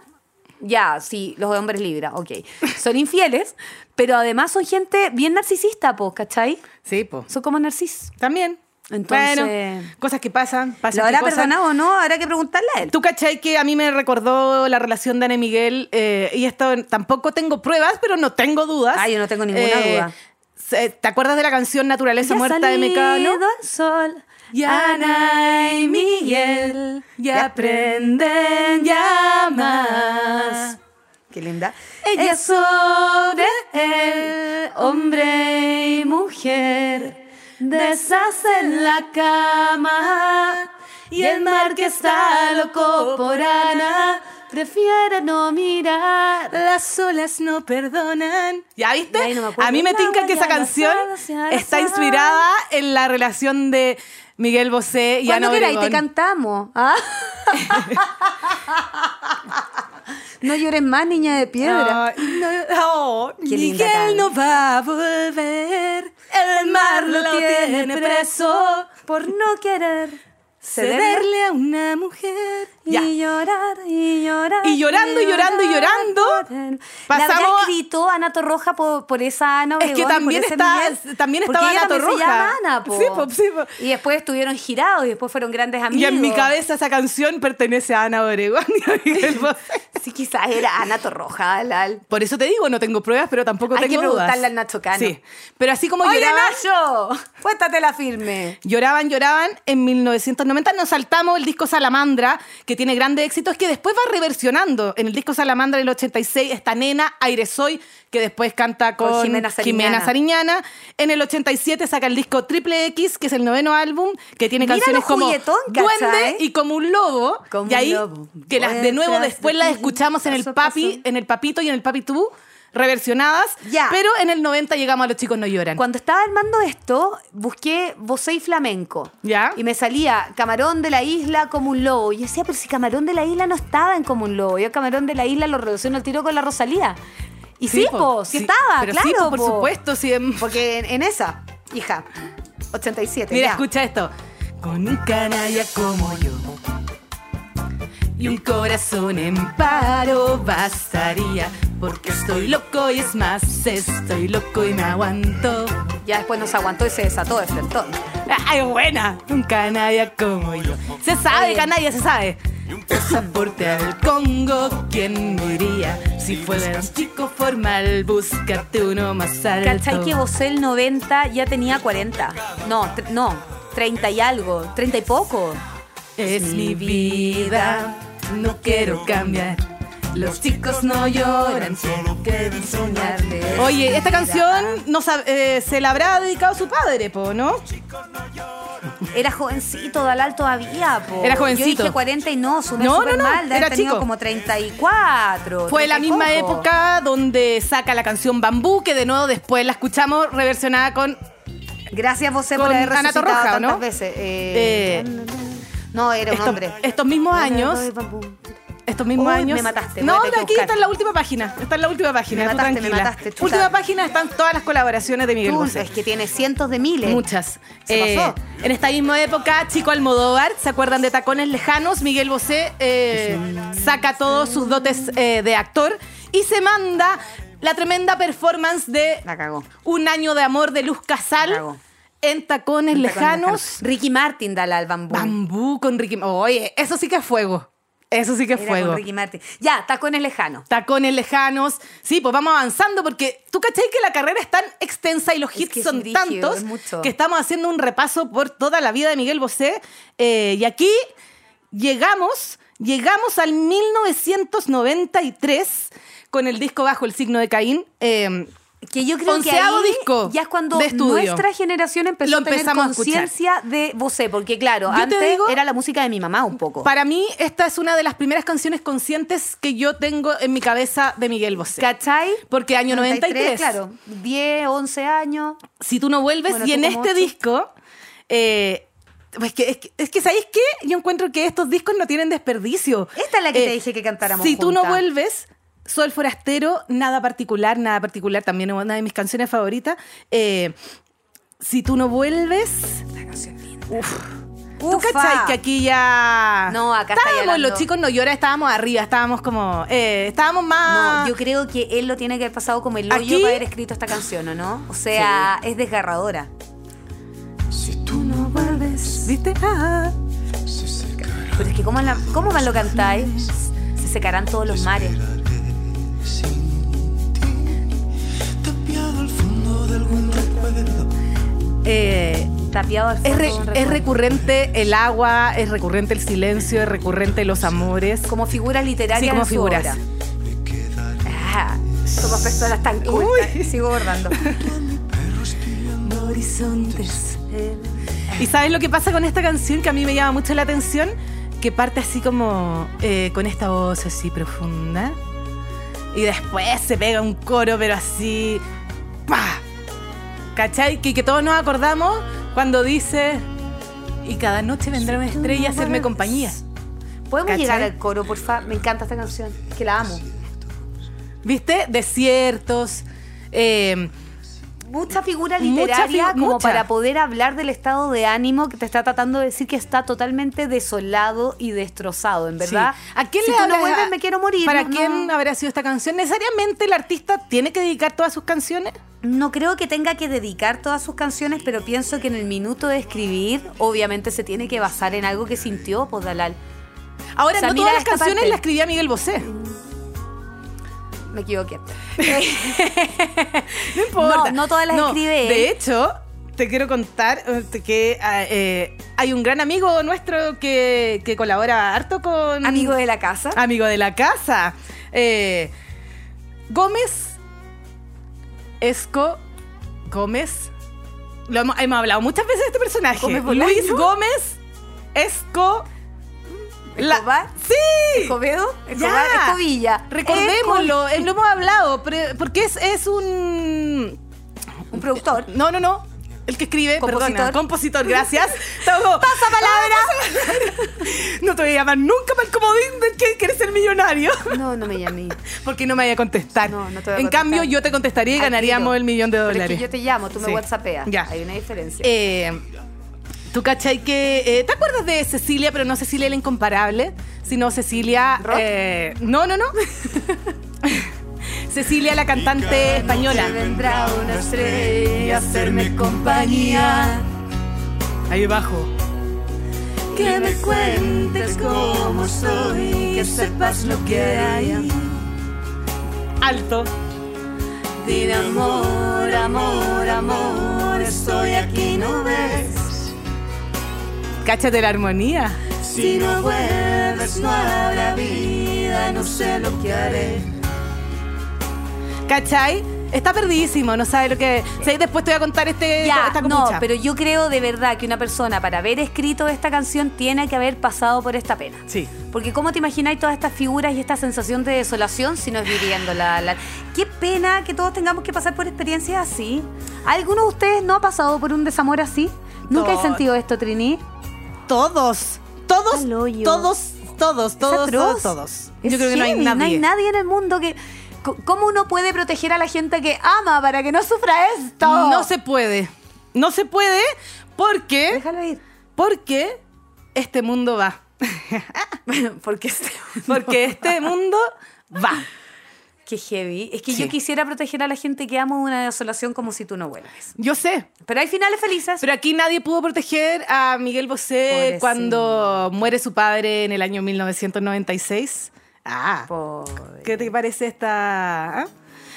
Speaker 4: ya, sí, los hombres Libra, ok, son infieles, pero además son gente bien narcisista, po, ¿cachai?
Speaker 3: Sí, po.
Speaker 4: Son como narcis.
Speaker 3: También.
Speaker 4: Entonces-
Speaker 3: Bueno, cosas que pasan. pasan
Speaker 4: ¿Lo habrá
Speaker 3: qué cosas.
Speaker 4: perdonado o no? Habrá que preguntarle a él.
Speaker 3: Tú cachai que a mí me recordó la relación de Ana y Miguel eh, y esto tampoco tengo pruebas, pero no tengo dudas. Eh,
Speaker 4: Ah, yo no tengo ninguna duda.
Speaker 3: se- ¿Te acuerdas de la canción Naturaleza
Speaker 4: Ya
Speaker 3: Muerta de
Speaker 4: salido
Speaker 3: Mecano?
Speaker 4: el sol.
Speaker 3: Y Ana y Miguel ya prenden llamas.
Speaker 4: Qué linda.
Speaker 3: Ella
Speaker 4: Es
Speaker 3: sobre
Speaker 4: el hombre y mujer.
Speaker 3: deshacen la cama y el mar que está loco por Ana
Speaker 4: Prefiere no mirar.
Speaker 3: Las olas no perdonan. ¿Ya viste?
Speaker 4: Ay, no me acuerdo.
Speaker 3: a mí me
Speaker 4: La
Speaker 3: tinca que esa
Speaker 4: mañana
Speaker 3: canción
Speaker 4: sola se
Speaker 3: está
Speaker 4: alza.
Speaker 3: inspirada en la relación de Miguel Bosé y Ana
Speaker 4: Cuando queráis, te
Speaker 3: Obregón.
Speaker 4: cantamos. ¿ah? [laughs] no llores más, niña de piedra.
Speaker 3: Ay, no, oh,
Speaker 4: Qué linda
Speaker 3: Miguel
Speaker 4: canción.
Speaker 3: no va a volver. El mar lo tiene preso.
Speaker 4: por no querer cederle
Speaker 3: Cederle a una mujer. Ya.
Speaker 4: Y llorar, y llorar.
Speaker 3: Y llorando, y llorando, y llorando,
Speaker 4: Pasamos... La
Speaker 3: pasamos a-
Speaker 4: habrá escrito Ana Torroja por, por esa Ana
Speaker 3: Es que
Speaker 4: Obregón y por
Speaker 3: también
Speaker 4: ese
Speaker 3: está-
Speaker 4: Miguel,
Speaker 3: también
Speaker 4: porque
Speaker 3: estaba
Speaker 4: ella
Speaker 3: Ana
Speaker 4: también se
Speaker 3: Torroja.
Speaker 4: llama Ana, po.
Speaker 3: Sí, po, sí, po.
Speaker 4: Y después estuvieron girados y después fueron grandes amigos.
Speaker 3: Y en mi cabeza esa canción pertenece a Ana Obregón y a [laughs] Miguel Bosé.
Speaker 4: Sí, quizás era Ana Torroja. la- la-
Speaker 3: Por eso te digo, no tengo pruebas, pero tampoco
Speaker 4: Hay que
Speaker 3: tengo dudas.
Speaker 4: preguntarle al Nacho Cano.
Speaker 3: Sí. Pero así como
Speaker 4: ¡Oye,
Speaker 3: lloraban,
Speaker 4: Nacho! Cuéntatela firme.
Speaker 3: lloraban, lloraban, en 1990 nos saltamos el disco Salamandra, que tiene grandes éxitos, que después va reversionando. En el disco Salamandra del 86 está Nena, Aire Soy, que después canta con,
Speaker 4: Con Jimena Sariñana.
Speaker 3: Jimena Sariñana. En el 87 saca el disco Triple X, que es el noveno álbum, que tiene
Speaker 4: Mira lo
Speaker 3: canciones como
Speaker 4: juguetón,
Speaker 3: Duende
Speaker 4: ¿cachai?
Speaker 3: y Como un Lobo.
Speaker 4: Como
Speaker 3: y ahí,
Speaker 4: un lobo.
Speaker 3: que las de nuevo
Speaker 4: Detrás de
Speaker 3: después las
Speaker 4: ti,
Speaker 3: escuchamos en el
Speaker 4: paso a
Speaker 3: Papi,
Speaker 4: paso.
Speaker 3: en el Papito y en el Papi Tú, reversionadas.
Speaker 4: Ya.
Speaker 3: Pero en el 90 llegamos a Los Chicos No Lloran.
Speaker 4: Cuando estaba armando esto, busqué vocé y flamenco.
Speaker 3: Ya.
Speaker 4: Y me salía Camarón de la Isla como un lobo. Y yo decía, pero si Camarón de la Isla no estaba en como un lobo. Yo Camarón de la Isla lo relaciono al tiro con la Rosalía. Y sí,
Speaker 3: po,
Speaker 4: po,
Speaker 3: sí,
Speaker 4: sí, estaba,
Speaker 3: pero
Speaker 4: claro.
Speaker 3: Sí, po, por
Speaker 4: po.
Speaker 3: supuesto, sí. em,
Speaker 4: Porque en, en esa, hija, 87.
Speaker 3: Mira,
Speaker 4: ya.
Speaker 3: escucha esto. Con un canalla como yo y un corazón en paro bastaría. Porque estoy loco y es más, estoy loco y me aguanto.
Speaker 4: Ya después nos aguantó y se desató de frentón.
Speaker 3: ¡Ay, buena! Un canalla como yo. Se sabe,
Speaker 4: Oye.
Speaker 3: canalla, se sabe. Pasaporte al Congo, ¿quién moriría? Si fuera un chico formal, búscate uno más alto.
Speaker 4: ¿Cachai que Bosé el 90 ya tenía 40? No, tr- no, 30 y algo, 30 y poco.
Speaker 3: Es mi vida, no quiero cambiar. Los chicos no lloran, solo quieren soñar. Oye, esta canción no sab- eh, se la habrá dedicado su padre, po, ¿no?
Speaker 4: Era jovencito, Dalal todavía, po.
Speaker 3: Era jovencito.
Speaker 4: Yo dije 40 y no, sumé
Speaker 3: No,
Speaker 4: súper
Speaker 3: no, no,
Speaker 4: mal. de haber
Speaker 3: era
Speaker 4: tenido
Speaker 3: chico.
Speaker 4: como 34.
Speaker 3: Fue la
Speaker 4: 30 y
Speaker 3: misma
Speaker 4: poco.
Speaker 3: época donde saca la canción Bambú, que de nuevo después la escuchamos reversionada con...
Speaker 4: Gracias, José, por
Speaker 3: Con
Speaker 4: haber
Speaker 3: Ana
Speaker 4: resucitado
Speaker 3: Torroja,
Speaker 4: tantas
Speaker 3: ¿no?
Speaker 4: veces.
Speaker 3: Eh,
Speaker 4: Eh, no, era un
Speaker 3: estos-
Speaker 4: hombre.
Speaker 3: estos mismos años, Estos mismos
Speaker 4: Uy,
Speaker 3: años.
Speaker 4: me mataste,
Speaker 3: No,
Speaker 4: voy a tener que
Speaker 3: aquí
Speaker 4: buscar.
Speaker 3: está en la última página. Está en la última página.
Speaker 4: Me
Speaker 3: tú
Speaker 4: mataste, me
Speaker 3: tranquila.
Speaker 4: mataste, chuta.
Speaker 3: última página están todas las colaboraciones de Miguel
Speaker 4: Tú,
Speaker 3: Bosé.
Speaker 4: es que tiene cientos de miles.
Speaker 3: Muchas.
Speaker 4: Se
Speaker 3: Eh,
Speaker 4: pasó.
Speaker 3: En esta misma época, Chico Almodóvar, ¿se acuerdan de Tacones Lejanos? Miguel Bosé eh, saca todos sus dotes eh, de actor y se manda la tremenda performance de
Speaker 4: La cagó.
Speaker 3: Un año de amor de Luz
Speaker 4: La
Speaker 3: Casal
Speaker 4: cagó.
Speaker 3: en Tacones
Speaker 4: Está con
Speaker 3: Lejanos.
Speaker 4: Ricky Martin, Dalal Bambú.
Speaker 3: Bambú con Ricky. Oye, eso sí que es fuego. Eso sí que es
Speaker 4: Era con
Speaker 3: fuego.
Speaker 4: Ricky Martin. Ya, tacones lejanos.
Speaker 3: Tacones lejanos. Sí, pues vamos avanzando porque tú cachai que la carrera es tan extensa y los
Speaker 4: Es
Speaker 3: hits
Speaker 4: que es
Speaker 3: son
Speaker 4: brígido,
Speaker 3: tantos
Speaker 4: es mucho.
Speaker 3: que estamos haciendo un repaso por toda la vida de Miguel Bosé. Eh, y aquí llegamos, llegamos al 1993 con el disco Bajo el signo de Caín. Eh,
Speaker 4: Que yo creo que
Speaker 3: Onceavo
Speaker 4: ahí
Speaker 3: disco
Speaker 4: ya es cuando
Speaker 3: de estudio.
Speaker 4: nuestra generación empezó
Speaker 3: Lo
Speaker 4: a tener
Speaker 3: empezamos a escuchar.
Speaker 4: conciencia de Bosé, porque claro,
Speaker 3: te
Speaker 4: antes
Speaker 3: digo-
Speaker 4: era la música de mi mamá un poco.
Speaker 3: para mí, esta es una de las primeras canciones conscientes que yo tengo en mi cabeza de Miguel Bosé.
Speaker 4: ¿Cachai?
Speaker 3: Porque año 93,
Speaker 4: claro, 10, 11 años.
Speaker 3: si tú no vuelves,
Speaker 4: Bueno,
Speaker 3: y
Speaker 4: tú
Speaker 3: en
Speaker 4: como
Speaker 3: este
Speaker 4: ocho.
Speaker 3: disco, eh, pues que- es, que, es que, ¿sabéis qué? Yo encuentro que estos discos no tienen desperdicio. Eh,
Speaker 4: Esta es la que te dije que cantáramos
Speaker 3: Si tú no
Speaker 4: juntas.
Speaker 3: vuelves, Sol Forastero, nada particular, nada particular, también es una de mis canciones favoritas. Eh, si tú no vuelves, ¿tú
Speaker 4: Ufa.
Speaker 3: cachai que aquí ya...
Speaker 4: No, acá está
Speaker 3: estábamos,
Speaker 4: hablando.
Speaker 3: los chicos no lloran, estábamos arriba, estábamos como... eh, estábamos más...
Speaker 4: No, yo creo que él lo tiene que haber pasado como el hoyo
Speaker 3: Aquí-
Speaker 4: para haber escrito esta canción, ¿o no? O sea, es desgarradora.
Speaker 5: Si tú no vuelves,
Speaker 3: ¿Viste? Ah, ah.
Speaker 5: se secará.
Speaker 4: Pero es que ¿cómo, la- cómo más lo cantáis? Se secarán todos los mares.
Speaker 5: Esperaré sin ti, tapiado al fondo de algún recuerdo.
Speaker 3: Eh,
Speaker 4: Tapiado al
Speaker 3: Es,
Speaker 4: fondo
Speaker 3: re-
Speaker 4: un
Speaker 3: es
Speaker 4: recuerdo.
Speaker 3: recurrente el agua, es recurrente el silencio, es recurrente los amores.
Speaker 4: Como figuras literarias
Speaker 3: Sí, como
Speaker 4: en su
Speaker 3: figuras.
Speaker 4: obra.
Speaker 5: Me quedaré
Speaker 4: Ah, somos personas tan
Speaker 3: [laughs]
Speaker 4: cultas. Sigo bordando.
Speaker 3: Horizontes.
Speaker 4: Eh,
Speaker 3: ¿Y sabes lo que pasa con esta canción que a mí me llama mucho la atención? Que parte así como eh, con esta voz así profunda. Y después se pega un coro, pero así. ¡Pah! ¿Cachai? Que, que todos nos acordamos cuando dice. Y cada noche vendrá una estrella a hacerme compañía.
Speaker 4: ¿Podemos
Speaker 3: ¿Cachai?
Speaker 4: llegar al coro, porfa? Me encanta esta canción, que la amo.
Speaker 3: ¿Viste? Desiertos. eh,
Speaker 4: Mucha figura
Speaker 3: Mucha
Speaker 4: literaria
Speaker 3: figu-
Speaker 4: como
Speaker 3: mucha.
Speaker 4: para poder hablar del estado de ánimo que te está tratando de decir que está totalmente desolado y destrozado, en verdad.
Speaker 3: Sí. ¿A quién
Speaker 4: si
Speaker 3: le
Speaker 4: tú no
Speaker 3: hablas
Speaker 4: vuelves,
Speaker 3: a-
Speaker 4: me quiero morir.
Speaker 3: ¿Para
Speaker 4: No,
Speaker 3: quién
Speaker 4: no.
Speaker 3: habrá sido esta canción? ¿Necesariamente el artista tiene que dedicar todas sus canciones?
Speaker 4: No creo que tenga que dedicar todas sus canciones, pero pienso que en el minuto de escribir, obviamente se tiene que basar en algo que sintió, pues Dalal.
Speaker 3: Ahora,
Speaker 4: O sea,
Speaker 3: no
Speaker 4: mira
Speaker 3: todas las
Speaker 4: esta
Speaker 3: canciones
Speaker 4: parte.
Speaker 3: las escribía Miguel Bosé. [laughs]
Speaker 4: Me equivoqué.
Speaker 3: No importa.
Speaker 4: No, no todas las escribe él.
Speaker 3: De hecho, te quiero contar eh, que ah, eh, hay un gran amigo nuestro que, que colabora harto con...
Speaker 4: Amigo de la casa.
Speaker 3: Amigo de la casa. Eh, Gómez. Esco. Gómez. Lo hemos, hemos hablado muchas veces de este personaje.
Speaker 4: ¿Gómez Bolaño?
Speaker 3: Luis Gómez. Esco.
Speaker 4: ¿Escobar?
Speaker 3: sí.
Speaker 4: Escobedo, Escobar,
Speaker 3: Ya.
Speaker 4: Escobilla.
Speaker 3: Recordémoslo. eh, lo hemos hablado. pero- Porque es, es un.
Speaker 4: Esco- Un productor.
Speaker 3: No, no, no. El que escribe,
Speaker 4: Compositor.
Speaker 3: perdona, compositor, gracias.
Speaker 4: [laughs]
Speaker 3: ¡Pasa palabra! [laughs] No te voy a llamar nunca para el comodín del que quieres ser millonario.
Speaker 4: No, no me llamé.
Speaker 3: Porque no me vaya a contestar.
Speaker 4: No, no te voy a
Speaker 3: en
Speaker 4: contestar.
Speaker 3: cambio, yo te contestaría y
Speaker 4: Al
Speaker 3: ganaríamos
Speaker 4: tiro.
Speaker 3: el millón de
Speaker 4: Pero
Speaker 3: dólares.
Speaker 4: es que yo te llamo, tú me
Speaker 3: Sí.
Speaker 4: whatsappeas.
Speaker 3: Ya.
Speaker 4: Hay una diferencia.
Speaker 3: Eh, ¿Tú cachai que... eh, ¿Te acuerdas de Cecilia, pero no Cecilia la incomparable? Sino Cecilia...
Speaker 4: ¿Roth?
Speaker 3: eh, no,
Speaker 4: [laughs]
Speaker 3: no, no. Cecilia, la cantante española.
Speaker 4: Que vendrá una estrella a hacerme compañía.
Speaker 3: Ahí abajo.
Speaker 4: Que me cuentes cómo soy, que sepas lo que hay.
Speaker 3: Alto.
Speaker 4: Dime amor, amor, amor, estoy aquí, no ves.
Speaker 3: Cáchate la armonía.
Speaker 4: Si no vuelves, no habrá vida, no sé lo que haré.
Speaker 3: ¿Cachai? Está perdidísimo, no sabe lo que... ¿Sabes? Después te voy a contar este,
Speaker 4: Ya,
Speaker 3: esta
Speaker 4: no,
Speaker 3: copucha.
Speaker 4: pero yo creo de verdad que una persona para haber escrito esta canción tiene que haber pasado por esta pena.
Speaker 3: Sí.
Speaker 4: Porque ¿cómo te imagináis todas estas figuras y esta sensación de desolación si no es viviéndola? la- Qué pena que todos tengamos que pasar por experiencias así. ¿Alguno de ustedes no ha pasado por un desamor así? ¿Nunca he
Speaker 3: No.
Speaker 4: sentido esto, Trini?
Speaker 3: Todos. Todos.
Speaker 4: Al hoyo.
Speaker 3: Todos. Todos. Todos.
Speaker 4: atroz.
Speaker 3: Todos. todos.
Speaker 4: Es
Speaker 3: Yo creo que no hay
Speaker 4: heavy,
Speaker 3: nadie.
Speaker 4: No hay nadie en el mundo que... co- ¿Cómo uno puede proteger a la gente que ama para que no sufra esto?
Speaker 3: No se puede. No se puede porque,
Speaker 4: Déjalo ir.
Speaker 3: porque este mundo va.
Speaker 4: [laughs] Porque... este
Speaker 3: [laughs] Porque este mundo va.
Speaker 4: Qué heavy. Es [laughs] que
Speaker 1: Sí.
Speaker 4: yo quisiera proteger a la gente que amo de una desolación como si tú no vuelves.
Speaker 3: Yo sé,
Speaker 4: Pero hay finales felices.
Speaker 3: pero aquí nadie pudo proteger a Miguel Bosé
Speaker 4: Pobrecito.
Speaker 3: cuando muere su padre en el año 1996. Ah,
Speaker 4: [laughs] Pobre,
Speaker 3: ¿qué te parece esta...? ah?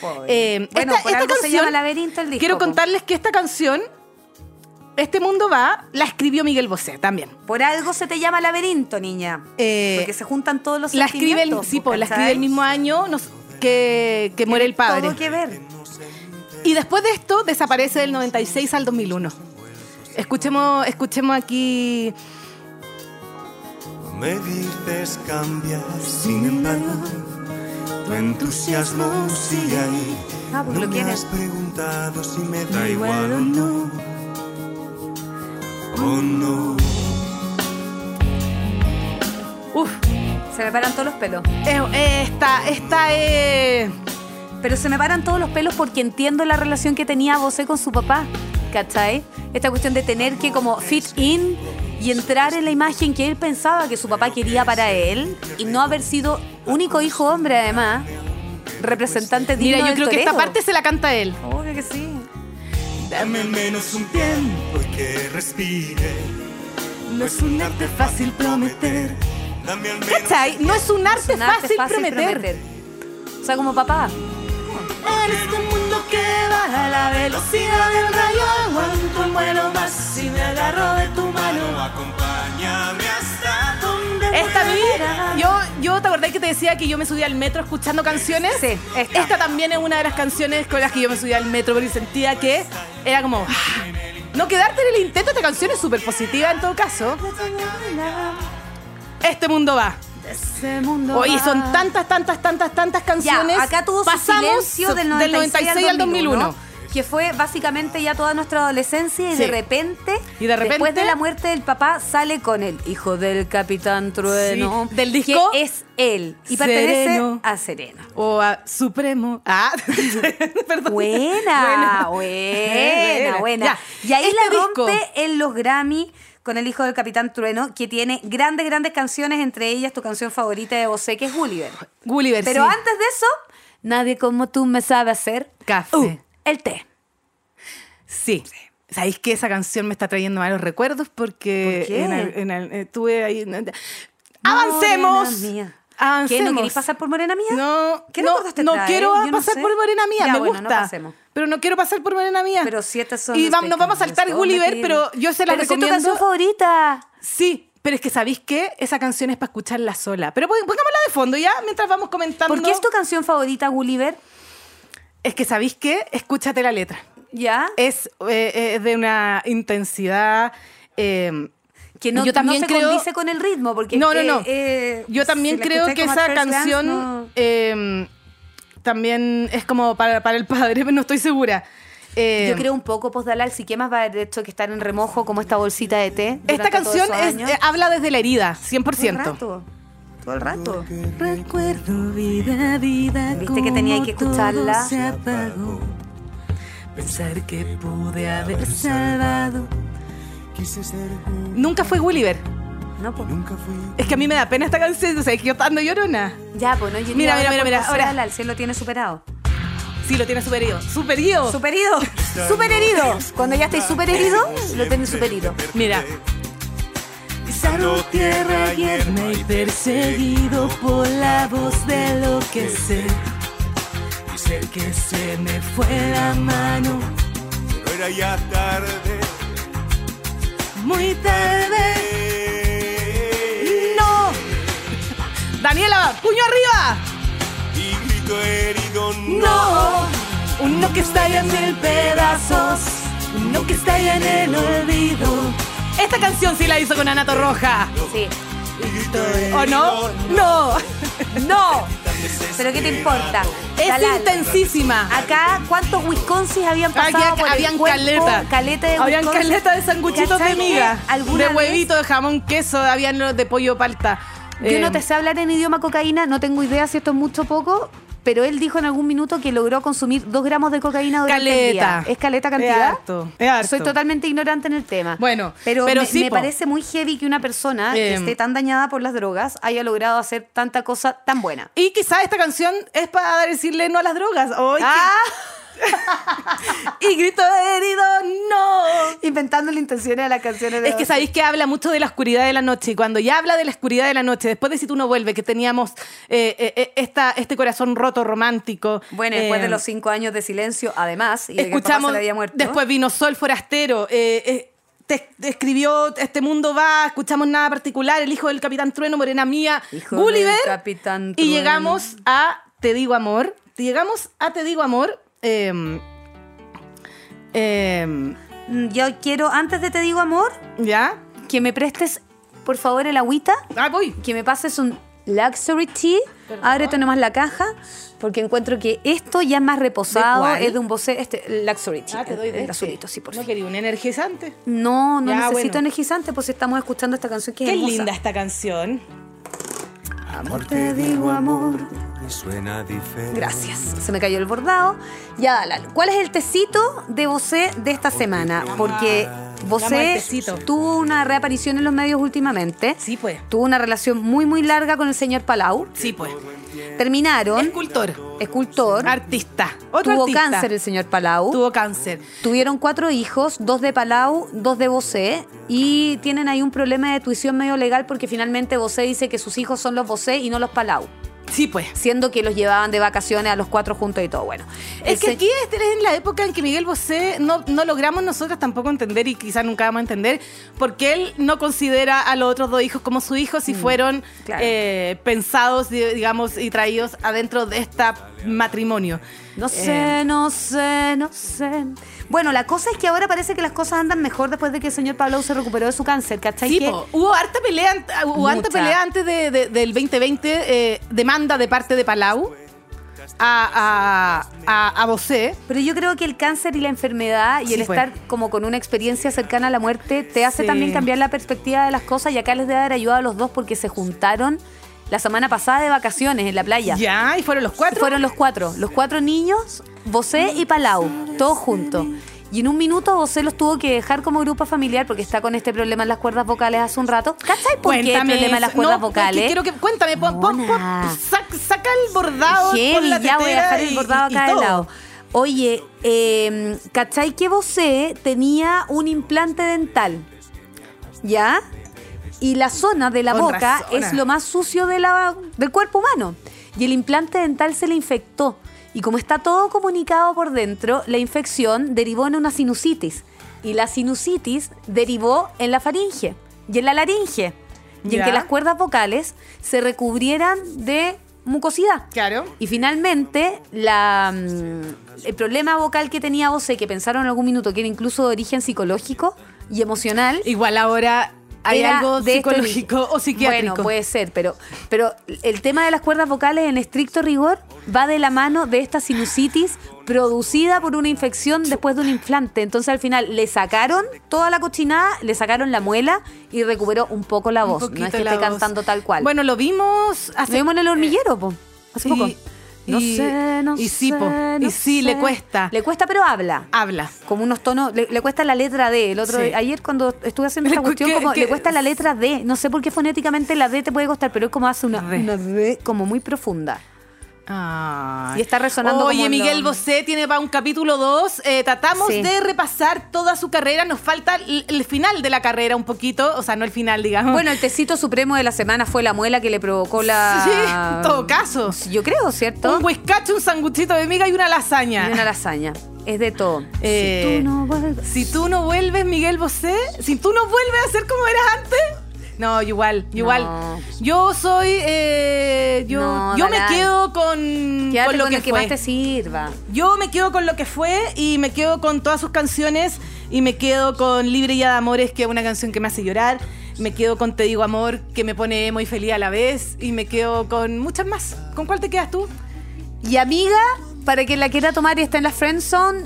Speaker 4: pobre.
Speaker 3: Eh,
Speaker 4: bueno,
Speaker 3: esta-
Speaker 4: por
Speaker 3: esta
Speaker 4: algo se llama
Speaker 3: canción-
Speaker 4: Laberinto el disco.
Speaker 3: Quiero
Speaker 4: po.
Speaker 3: contarles que esta canción, Este Mundo Va, la escribió Miguel Bosé también.
Speaker 4: Por algo se te llama Laberinto, niña.
Speaker 3: Eh,
Speaker 4: Porque se juntan todos los
Speaker 3: La escribe el,
Speaker 4: sentimientos,
Speaker 3: sí,
Speaker 4: po,
Speaker 3: po, la escribe
Speaker 4: ¿cachai?
Speaker 3: el mismo año nos- que, que muere el padre.
Speaker 4: Todo que ver.
Speaker 3: Y después de esto desaparece del 96 al 2001. Escuchemos, escuchemos aquí.
Speaker 5: Me dices cambiar, sin embargo, tu entusiasmo sigue ahí.
Speaker 4: Ah, pues
Speaker 5: no
Speaker 4: lo
Speaker 5: me
Speaker 4: quiere.
Speaker 5: has preguntado si me da igual o no. Oh no.
Speaker 3: Uf,
Speaker 4: Se me paran todos los pelos.
Speaker 3: eh, eh, esta, esta es.
Speaker 4: Pero se me paran todos los pelos porque entiendo la relación que tenía Bosé con su papá, ¿cachai? Esta cuestión de tener que como fit in y entrar en la imagen que él pensaba que su papá quería para él y no haber sido único hijo hombre además, representante digno
Speaker 3: Mira, yo
Speaker 4: del
Speaker 3: creo que esta
Speaker 4: torero.
Speaker 3: parte se la canta él.
Speaker 4: Obvio que sí.
Speaker 5: Dame al menos un tiempo y que respire.
Speaker 3: No es un arte fácil prometer.
Speaker 5: Dame al menos
Speaker 3: ¿Cachai? No es un arte,
Speaker 4: Un arte
Speaker 3: fácil, prometer.
Speaker 4: O sea, como papá.
Speaker 3: Eres un mundo que va a la velocidad del rayo. Aguanto el vuelo más si me agarro de tu mano.
Speaker 5: acompáñame hasta donde
Speaker 3: Esta a mí, yo, yo te acordás que te decía que yo me subía al metro escuchando canciones.
Speaker 4: Sí, esta.
Speaker 3: Esta también es una de las canciones con las que yo me subía al metro porque sentía que era como. "Ah". No quedarte en el intento, esta canción es súper positiva en todo caso. Este mundo va.
Speaker 4: Ese mundo
Speaker 3: Oye,
Speaker 4: va.
Speaker 3: son tantas, tantas, tantas, tantas canciones.
Speaker 4: Ya, acá tuvo su
Speaker 3: Pasamos
Speaker 4: silencio del
Speaker 3: so-
Speaker 4: 96, al 2001.
Speaker 3: 2001.
Speaker 4: Que fue básicamente ya toda nuestra adolescencia y
Speaker 3: Sí.
Speaker 4: de repente,
Speaker 3: Y de repente-
Speaker 4: después de la muerte del papá, sale con el hijo del Capitán Trueno.
Speaker 3: Sí, del disco
Speaker 4: Que es él. Y pertenece
Speaker 3: Sereno. [laughs]
Speaker 4: a Serena.
Speaker 3: O a Supremo. Ah, [laughs] perdón.
Speaker 4: Buena,
Speaker 3: [laughs]
Speaker 4: buena,
Speaker 3: Bueno.
Speaker 4: buena.
Speaker 3: Ya,
Speaker 4: Y ahí
Speaker 3: este
Speaker 4: la rompe
Speaker 3: disco.
Speaker 4: en los Grammy con el hijo del Capitán Trueno, que tiene grandes, grandes canciones, entre ellas tu canción favorita de Bosé, que es Gulliver.
Speaker 3: Gulliver,
Speaker 4: Pero
Speaker 3: sí.
Speaker 4: antes de eso, nadie como tú me sabe hacer
Speaker 3: Café.
Speaker 4: uh, el té.
Speaker 3: Sí. ¿Sabéis que esa canción me está trayendo malos recuerdos? Porque
Speaker 4: ¿Por qué?
Speaker 3: en al- en al- eh, tuve ahí. en- ¡Avancemos!
Speaker 4: Morena mía.
Speaker 3: ¡Avancemos!
Speaker 4: ¿Qué? ¿No queréis pasar por Morena Mía?
Speaker 3: No,
Speaker 4: ¿Qué
Speaker 3: no,
Speaker 4: recuerdos te
Speaker 3: no
Speaker 4: trae?
Speaker 3: quiero
Speaker 4: Yo no
Speaker 3: pasar
Speaker 4: sé.
Speaker 3: por Morena Mía,
Speaker 4: Ya,
Speaker 3: me
Speaker 4: bueno, no
Speaker 3: gusta.
Speaker 4: pasemos.
Speaker 3: pero no quiero pasar por Morena Mía.
Speaker 4: Pero si estas son.
Speaker 3: Y vam- nos vamos a saltar
Speaker 4: espectáculos,
Speaker 3: Gulliver,
Speaker 4: Betty.
Speaker 3: pero yo se la
Speaker 4: Pero si es
Speaker 3: recomiendo.
Speaker 4: tu canción favorita.
Speaker 3: Sí, pero es que ¿sabéis qué? Esa canción es para escucharla sola. Pero pon- pongámosla de fondo ya mientras vamos comentando.
Speaker 4: ¿Por qué es tu canción favorita, Gulliver?
Speaker 3: Es que ¿sabéis qué? Escúchate la letra.
Speaker 4: ¿Ya?
Speaker 3: Es eh, eh, de una intensidad... eh,
Speaker 4: que no,
Speaker 3: yo también
Speaker 4: no se
Speaker 3: creo-
Speaker 4: condice con el ritmo, porque.
Speaker 3: No, no,
Speaker 4: eh,
Speaker 3: no.
Speaker 4: eh,
Speaker 3: Yo también
Speaker 4: si la
Speaker 3: creo
Speaker 4: escucháis
Speaker 3: que
Speaker 4: como
Speaker 3: esa
Speaker 4: at first glance,
Speaker 3: canción
Speaker 4: no.
Speaker 3: eh, también es como para, para el padre, [laughs] pero no estoy segura. Eh,
Speaker 4: Yo creo un poco postdalal, si qué más va a haber hecho que estar en remojo como esta bolsita de té.
Speaker 3: esta
Speaker 4: durante todos
Speaker 3: canción
Speaker 4: esos
Speaker 3: es-
Speaker 4: años?
Speaker 3: eh, habla desde la herida,
Speaker 4: Todo el
Speaker 3: 100%.
Speaker 4: rato. Todo el rato.
Speaker 1: Recuerdo vida, vida.
Speaker 4: Viste que tenía que
Speaker 1: cómo
Speaker 4: escucharla.
Speaker 1: todo se apagó. Pensar que pude haber salvado.
Speaker 5: Quise ser Gulliver
Speaker 3: Nunca fue Gulliver.
Speaker 4: No, pues.
Speaker 5: Nunca fui
Speaker 3: Es que a mí me da pena esta canción, o sea, es que yo ando llorona.
Speaker 4: Ya, pues no, yo
Speaker 3: Mira, mira,
Speaker 4: ahora
Speaker 3: mira,
Speaker 4: por
Speaker 3: mira,
Speaker 4: postdalal,
Speaker 3: ahora.
Speaker 4: el cielo tiene superado.
Speaker 3: Sí, lo tiene superido. Superido.
Speaker 4: Super herido. Super herido. Cuando ya estáis super herido, lo tenéis super herido.
Speaker 3: Mira.
Speaker 1: Pisando tierra yerma y perseguido por la voz de lo que sé.
Speaker 5: y sé que
Speaker 1: Que se me fue la mano
Speaker 5: pero era ya tarde.
Speaker 1: muy tarde.
Speaker 3: ¡No! Daniela, puño arriba.
Speaker 5: Y grito herido,
Speaker 1: No, uno que estalla en mil pedazos, uno que estalla en el olvido.
Speaker 3: Esta canción sí la hizo con Anato Roja.
Speaker 4: Sí.
Speaker 3: ¿O no? No.
Speaker 4: ¡No! ¿Pero qué te importa?
Speaker 3: Es
Speaker 4: Talal.
Speaker 3: intensísima.
Speaker 4: Acá, ¿cuántos Wisconsin habían pasado
Speaker 3: Había-
Speaker 4: por el
Speaker 3: habían
Speaker 4: cuerpo?
Speaker 3: caleta.
Speaker 4: Caleta de
Speaker 3: habían
Speaker 4: Wisconsin.
Speaker 3: caleta de sanguchitos de
Speaker 4: ¿Cachai?
Speaker 3: miga.
Speaker 4: ¿Alguna
Speaker 3: De
Speaker 4: vez?
Speaker 3: huevito, de jamón, queso, habían los de pollo palta.
Speaker 4: Yo
Speaker 3: Eh,
Speaker 4: no te sé hablar en idioma cocaína, no tengo idea si esto es mucho o poco, pero él dijo en algún minuto que logró consumir dos gramos de cocaína durante el
Speaker 3: Caleta.
Speaker 4: día. Es caleta
Speaker 3: Es
Speaker 4: cantidad.
Speaker 3: harto, es harto.
Speaker 4: Soy totalmente ignorante en el tema.
Speaker 3: Bueno,
Speaker 4: pero,
Speaker 3: pero
Speaker 4: me,
Speaker 3: sí,
Speaker 4: me
Speaker 3: po.
Speaker 4: parece muy heavy que una persona que
Speaker 3: Eh.
Speaker 4: esté tan dañada por las drogas haya logrado hacer tanta cosa tan buena.
Speaker 3: Y quizá esta canción es para decirle no a las drogas. Hoy
Speaker 4: Ah,
Speaker 3: Y grito herido, no.
Speaker 4: [laughs] Inventando las intenciones de las canciones de
Speaker 3: Es que sabéis que habla mucho de la oscuridad de la noche. Y cuando ya habla de la oscuridad de la noche, después de Si tú no vuelves, que teníamos eh, eh, eh, esta, este corazón roto romántico.
Speaker 4: Bueno, después
Speaker 3: eh,
Speaker 4: de los cinco años de silencio, además, y de que el papá
Speaker 3: escuchamos
Speaker 4: se le había muerto.
Speaker 3: después vino Sol Forastero eh, eh, te, te escribió Este Mundo Va escuchamos Nada Particular El Hijo del Capitán Trueno Morena Mía
Speaker 4: Hijo
Speaker 3: Gulliver
Speaker 4: del Capitán
Speaker 3: y
Speaker 4: Trueno.
Speaker 3: llegamos a Te Digo Amor llegamos a Te Digo Amor em, em,
Speaker 4: Mm, Yo quiero, antes de te digo amor,
Speaker 3: ya
Speaker 4: que me prestes, por favor, el agüita,
Speaker 3: ah voy
Speaker 4: que me pases un luxury tea. Ábrete nomás la caja, porque encuentro que esto ya es más reposado,
Speaker 3: cuál?
Speaker 4: es de un bocé, este luxury tea, el, el
Speaker 3: este.
Speaker 4: azulito, sí, por
Speaker 3: no
Speaker 4: fin.
Speaker 3: quería un energizante
Speaker 4: No, no
Speaker 3: Ya,
Speaker 4: necesito
Speaker 3: bueno.
Speaker 4: energizante, pues estamos escuchando esta canción que es
Speaker 3: qué
Speaker 4: hermosa.
Speaker 3: linda esta canción
Speaker 4: Amor, te digo amor.
Speaker 5: Me suena diferente.
Speaker 4: Gracias. Se me cayó el bordado. Ya, Lalo. ¿Cuál es el tecito de Bosé de esta semana? Porque
Speaker 3: Vamos al
Speaker 4: Bosé
Speaker 3: tecito.
Speaker 4: tuvo una reaparición en los medios últimamente.
Speaker 3: sí pues
Speaker 4: Tuvo una relación muy, muy larga con el señor Palau.
Speaker 3: sí pues
Speaker 4: Terminaron.
Speaker 3: escultor
Speaker 4: Escultor.
Speaker 3: artista otro
Speaker 4: tuvo
Speaker 3: artista.
Speaker 4: cáncer el señor Palau.
Speaker 3: tuvo cáncer
Speaker 4: Tuvieron cuatro hijos, dos de Palau, dos de Bosé, y tienen ahí un problema de tuición medio legal porque finalmente Bosé dice que sus hijos son los Bosé y no los Palau,
Speaker 3: sí pues
Speaker 4: siendo que los llevaban de vacaciones a los cuatro juntos y todo. Bueno,
Speaker 3: Es que
Speaker 4: ese-
Speaker 3: aquí esta es la época en que Miguel Bosé no, no logramos nosotros tampoco entender y quizás nunca vamos a entender porque él no considera a los otros dos hijos como sus hijos si fueron
Speaker 4: Mm, claro.
Speaker 3: eh, pensados, di- digamos, y traídos adentro de este matrimonio.
Speaker 4: No sé, no sé, no sé. Bueno, la cosa es que ahora parece que las cosas andan mejor después de que el señor Pablo se recuperó de su cáncer, ¿cachai?
Speaker 3: Sí,
Speaker 4: Que-
Speaker 3: po, hubo harta pelea, ant- hubo harta
Speaker 4: Mucha.
Speaker 3: pelea antes de- de- del 2020, eh, demanda de parte de Palau a, a, a, a Bosé.
Speaker 4: Pero yo creo que el cáncer y la enfermedad y
Speaker 3: Sí,
Speaker 4: el
Speaker 3: pues.
Speaker 4: estar como con una experiencia cercana a la muerte te hace
Speaker 3: Sí.
Speaker 4: también cambiar la perspectiva de las cosas y acá les debe haber ayudado a los dos porque se juntaron la semana pasada de vacaciones en la playa.
Speaker 3: Ya, y fueron los cuatro.
Speaker 4: Fueron los cuatro, los cuatro niños, Bosé y Palau, todos juntos. Y en un minuto Bosé los tuvo que dejar como grupo familiar porque está con este problema en las cuerdas vocales hace un rato. ¿Cachai por qué el problema en las
Speaker 3: eso.
Speaker 4: cuerdas
Speaker 3: No, es que
Speaker 4: vocales?
Speaker 3: quiero que cuéntame, pon- pon- pon-
Speaker 4: Mona.
Speaker 3: sac- saca el bordado
Speaker 4: Heavy,
Speaker 3: pon la
Speaker 4: ya voy a
Speaker 3: tetera
Speaker 4: dejar el
Speaker 3: y-
Speaker 4: bordado
Speaker 3: y
Speaker 4: acá de
Speaker 3: todo.
Speaker 4: lado. Oye, eh, ¿cachai que Bosé tenía un implante dental? ¿Ya? Y la zona de la
Speaker 3: Con
Speaker 4: boca
Speaker 3: razón,
Speaker 4: es
Speaker 3: ah.
Speaker 4: lo más sucio de la- del cuerpo humano. Y el implante dental se le infectó. Y como está todo comunicado por dentro, la infección derivó en una sinusitis. Y la sinusitis derivó en la faringe y en la laringe. Y en
Speaker 3: Ya.
Speaker 4: que las cuerdas vocales se recubrieran de mucosidad.
Speaker 3: Claro.
Speaker 4: Y finalmente, la, mm, el problema vocal que tenía Bosé, que pensaron en algún minuto que era incluso de origen psicológico y emocional.
Speaker 3: Igual ahora hay
Speaker 4: era
Speaker 3: algo
Speaker 4: de este
Speaker 3: psicológico
Speaker 4: origen.
Speaker 3: o psiquiátrico.
Speaker 4: Bueno, pues, puede ser, pero, pero el tema de las cuerdas vocales en estricto rigor va de la mano de esta sinusitis producida por una infección después de un implante. Entonces al final le sacaron toda la cochinada, le sacaron la muela y recuperó un poco la
Speaker 3: Un
Speaker 4: voz. No es
Speaker 3: poquito
Speaker 4: que esté
Speaker 3: la voz.
Speaker 4: cantando tal cual.
Speaker 3: Bueno, lo vimos
Speaker 4: Lo
Speaker 3: hace
Speaker 4: vimos en el hormiguero, po, hace
Speaker 3: y-
Speaker 4: poco. No
Speaker 3: y-
Speaker 4: sé, no
Speaker 3: y sí,
Speaker 4: sé.
Speaker 3: po, y
Speaker 4: no
Speaker 3: sí, le
Speaker 4: sé.
Speaker 3: cuesta. Ah,
Speaker 4: Le cuesta, pero habla.
Speaker 3: habla.
Speaker 4: Como unos tonos, le, le cuesta la letra D. El otro,
Speaker 3: Sí.
Speaker 4: ayer cuando estuve haciendo
Speaker 3: Le
Speaker 4: esta
Speaker 3: cu-
Speaker 4: cuestión,
Speaker 3: que-
Speaker 4: como
Speaker 3: que-
Speaker 4: le cuesta la letra D. No sé por qué fonéticamente la D te puede costar, pero es como hace una
Speaker 3: Re.
Speaker 4: una D como muy profunda.
Speaker 3: Ay.
Speaker 4: Y está resonando
Speaker 3: Oye,
Speaker 4: como en
Speaker 3: Miguel
Speaker 4: los-
Speaker 3: Bosé tiene para un capítulo 2. tratamos
Speaker 4: Sí.
Speaker 3: de repasar toda su carrera. Nos falta el, el final de la carrera un poquito. O sea, no el final, digamos.
Speaker 4: Bueno, el tecito supremo de la semana fue la muela que le provocó la.
Speaker 3: [laughs]
Speaker 4: Mm,
Speaker 3: Sí, en todo caso.
Speaker 4: Yo creo, ¿cierto?
Speaker 3: un huescacho, un sanguchito de miga y una lasaña.
Speaker 4: Y una lasaña. Es de todo.
Speaker 3: Eh,
Speaker 4: si tú no vuelves-
Speaker 3: Si tú no vuelves, Miguel Bosé, si tú no vuelves a ser como eras antes. No, igual, igual.
Speaker 4: No.
Speaker 3: Yo soy. eh, yo
Speaker 4: No,
Speaker 3: yo me
Speaker 4: Dalai.
Speaker 3: quedo con,
Speaker 4: Quédate
Speaker 3: con lo
Speaker 4: con
Speaker 3: que,
Speaker 4: el que
Speaker 3: fue.
Speaker 4: más te sirva.
Speaker 3: Yo me quedo con lo que fue y me quedo con todas sus canciones y me quedo con Libre ya de Amores, que es una canción que me hace llorar. Me quedo con Te Digo Amor, que me pone muy feliz a la vez. Y me quedo con muchas más. ¿Con cuál te quedas tú?
Speaker 4: Y amiga, para quien la quiera tomar y está en la friend zone,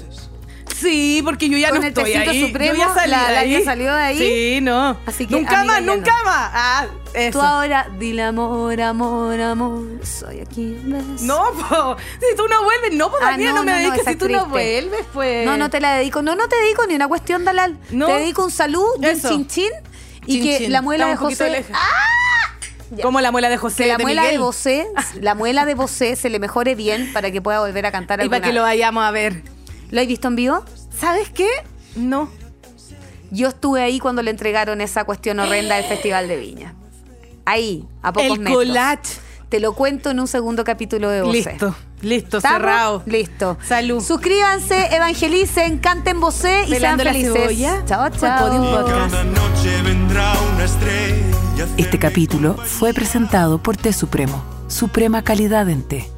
Speaker 3: Sí, porque yo ya
Speaker 4: Con
Speaker 3: no
Speaker 4: el
Speaker 3: estoy
Speaker 4: tecito
Speaker 3: ahí.
Speaker 4: supremo,
Speaker 3: yo ya salí
Speaker 4: la-
Speaker 3: de
Speaker 4: la
Speaker 3: ahí.
Speaker 4: que salió de ahí.
Speaker 3: Sí, no.
Speaker 4: Así que,
Speaker 3: nunca
Speaker 4: amiga,
Speaker 3: más,
Speaker 4: ya
Speaker 3: nunca
Speaker 4: no.
Speaker 3: más. Ah, eso.
Speaker 4: Tú ahora, dile amor, amor, amor, soy aquí. ¿ves?
Speaker 3: No, po. Si tú no vuelves, no, po,
Speaker 4: Ah,
Speaker 3: Daniela, no,
Speaker 4: no,
Speaker 3: me
Speaker 4: no, no,
Speaker 3: dediques.
Speaker 4: esa
Speaker 3: si
Speaker 4: es
Speaker 3: tú no
Speaker 4: triste.
Speaker 3: vuelves, pues.
Speaker 4: No, no te la dedico. No, no te dedico ni una cuestión, Dalal.
Speaker 3: No.
Speaker 4: Te dedico un saludo, y un
Speaker 3: Eso.
Speaker 4: chin chin. Y
Speaker 3: Chin,
Speaker 4: que
Speaker 3: chin.
Speaker 4: la muela
Speaker 3: Estamos
Speaker 4: de
Speaker 3: un poquito
Speaker 4: José. ¡Ah!
Speaker 3: lejos. Como la muela de José.
Speaker 4: Que la
Speaker 3: de
Speaker 4: muela
Speaker 3: Miguel. [laughs]
Speaker 4: de Bosé, la muela de Bosé se le mejore bien para que pueda volver a cantar
Speaker 3: Y
Speaker 4: alguna.
Speaker 3: para que lo vayamos a ver.
Speaker 4: ¿Lo has visto en vivo?
Speaker 3: ¿Sabes qué? No.
Speaker 4: Yo estuve ahí cuando le entregaron esa cuestión horrenda del Festival de Viña. Ahí, a pocos
Speaker 3: El
Speaker 4: metros.
Speaker 3: collage.
Speaker 4: Te lo cuento en un segundo capítulo de Bosé.
Speaker 3: Listo. Listo,
Speaker 4: ¿Estamos?
Speaker 3: cerrado.
Speaker 4: Listo.
Speaker 3: Salud.
Speaker 4: Suscríbanse, evangelicen, canten Bosé y sean
Speaker 3: Pelando la
Speaker 4: felices.
Speaker 3: cebolla.
Speaker 4: Chao, chao.
Speaker 3: Podium
Speaker 5: Y que
Speaker 3: Podcast.
Speaker 5: una noche vendrá una estrella. a hacerme
Speaker 1: Este capítulo
Speaker 5: compañía.
Speaker 1: fue presentado por Té Supremo, suprema calidad en té.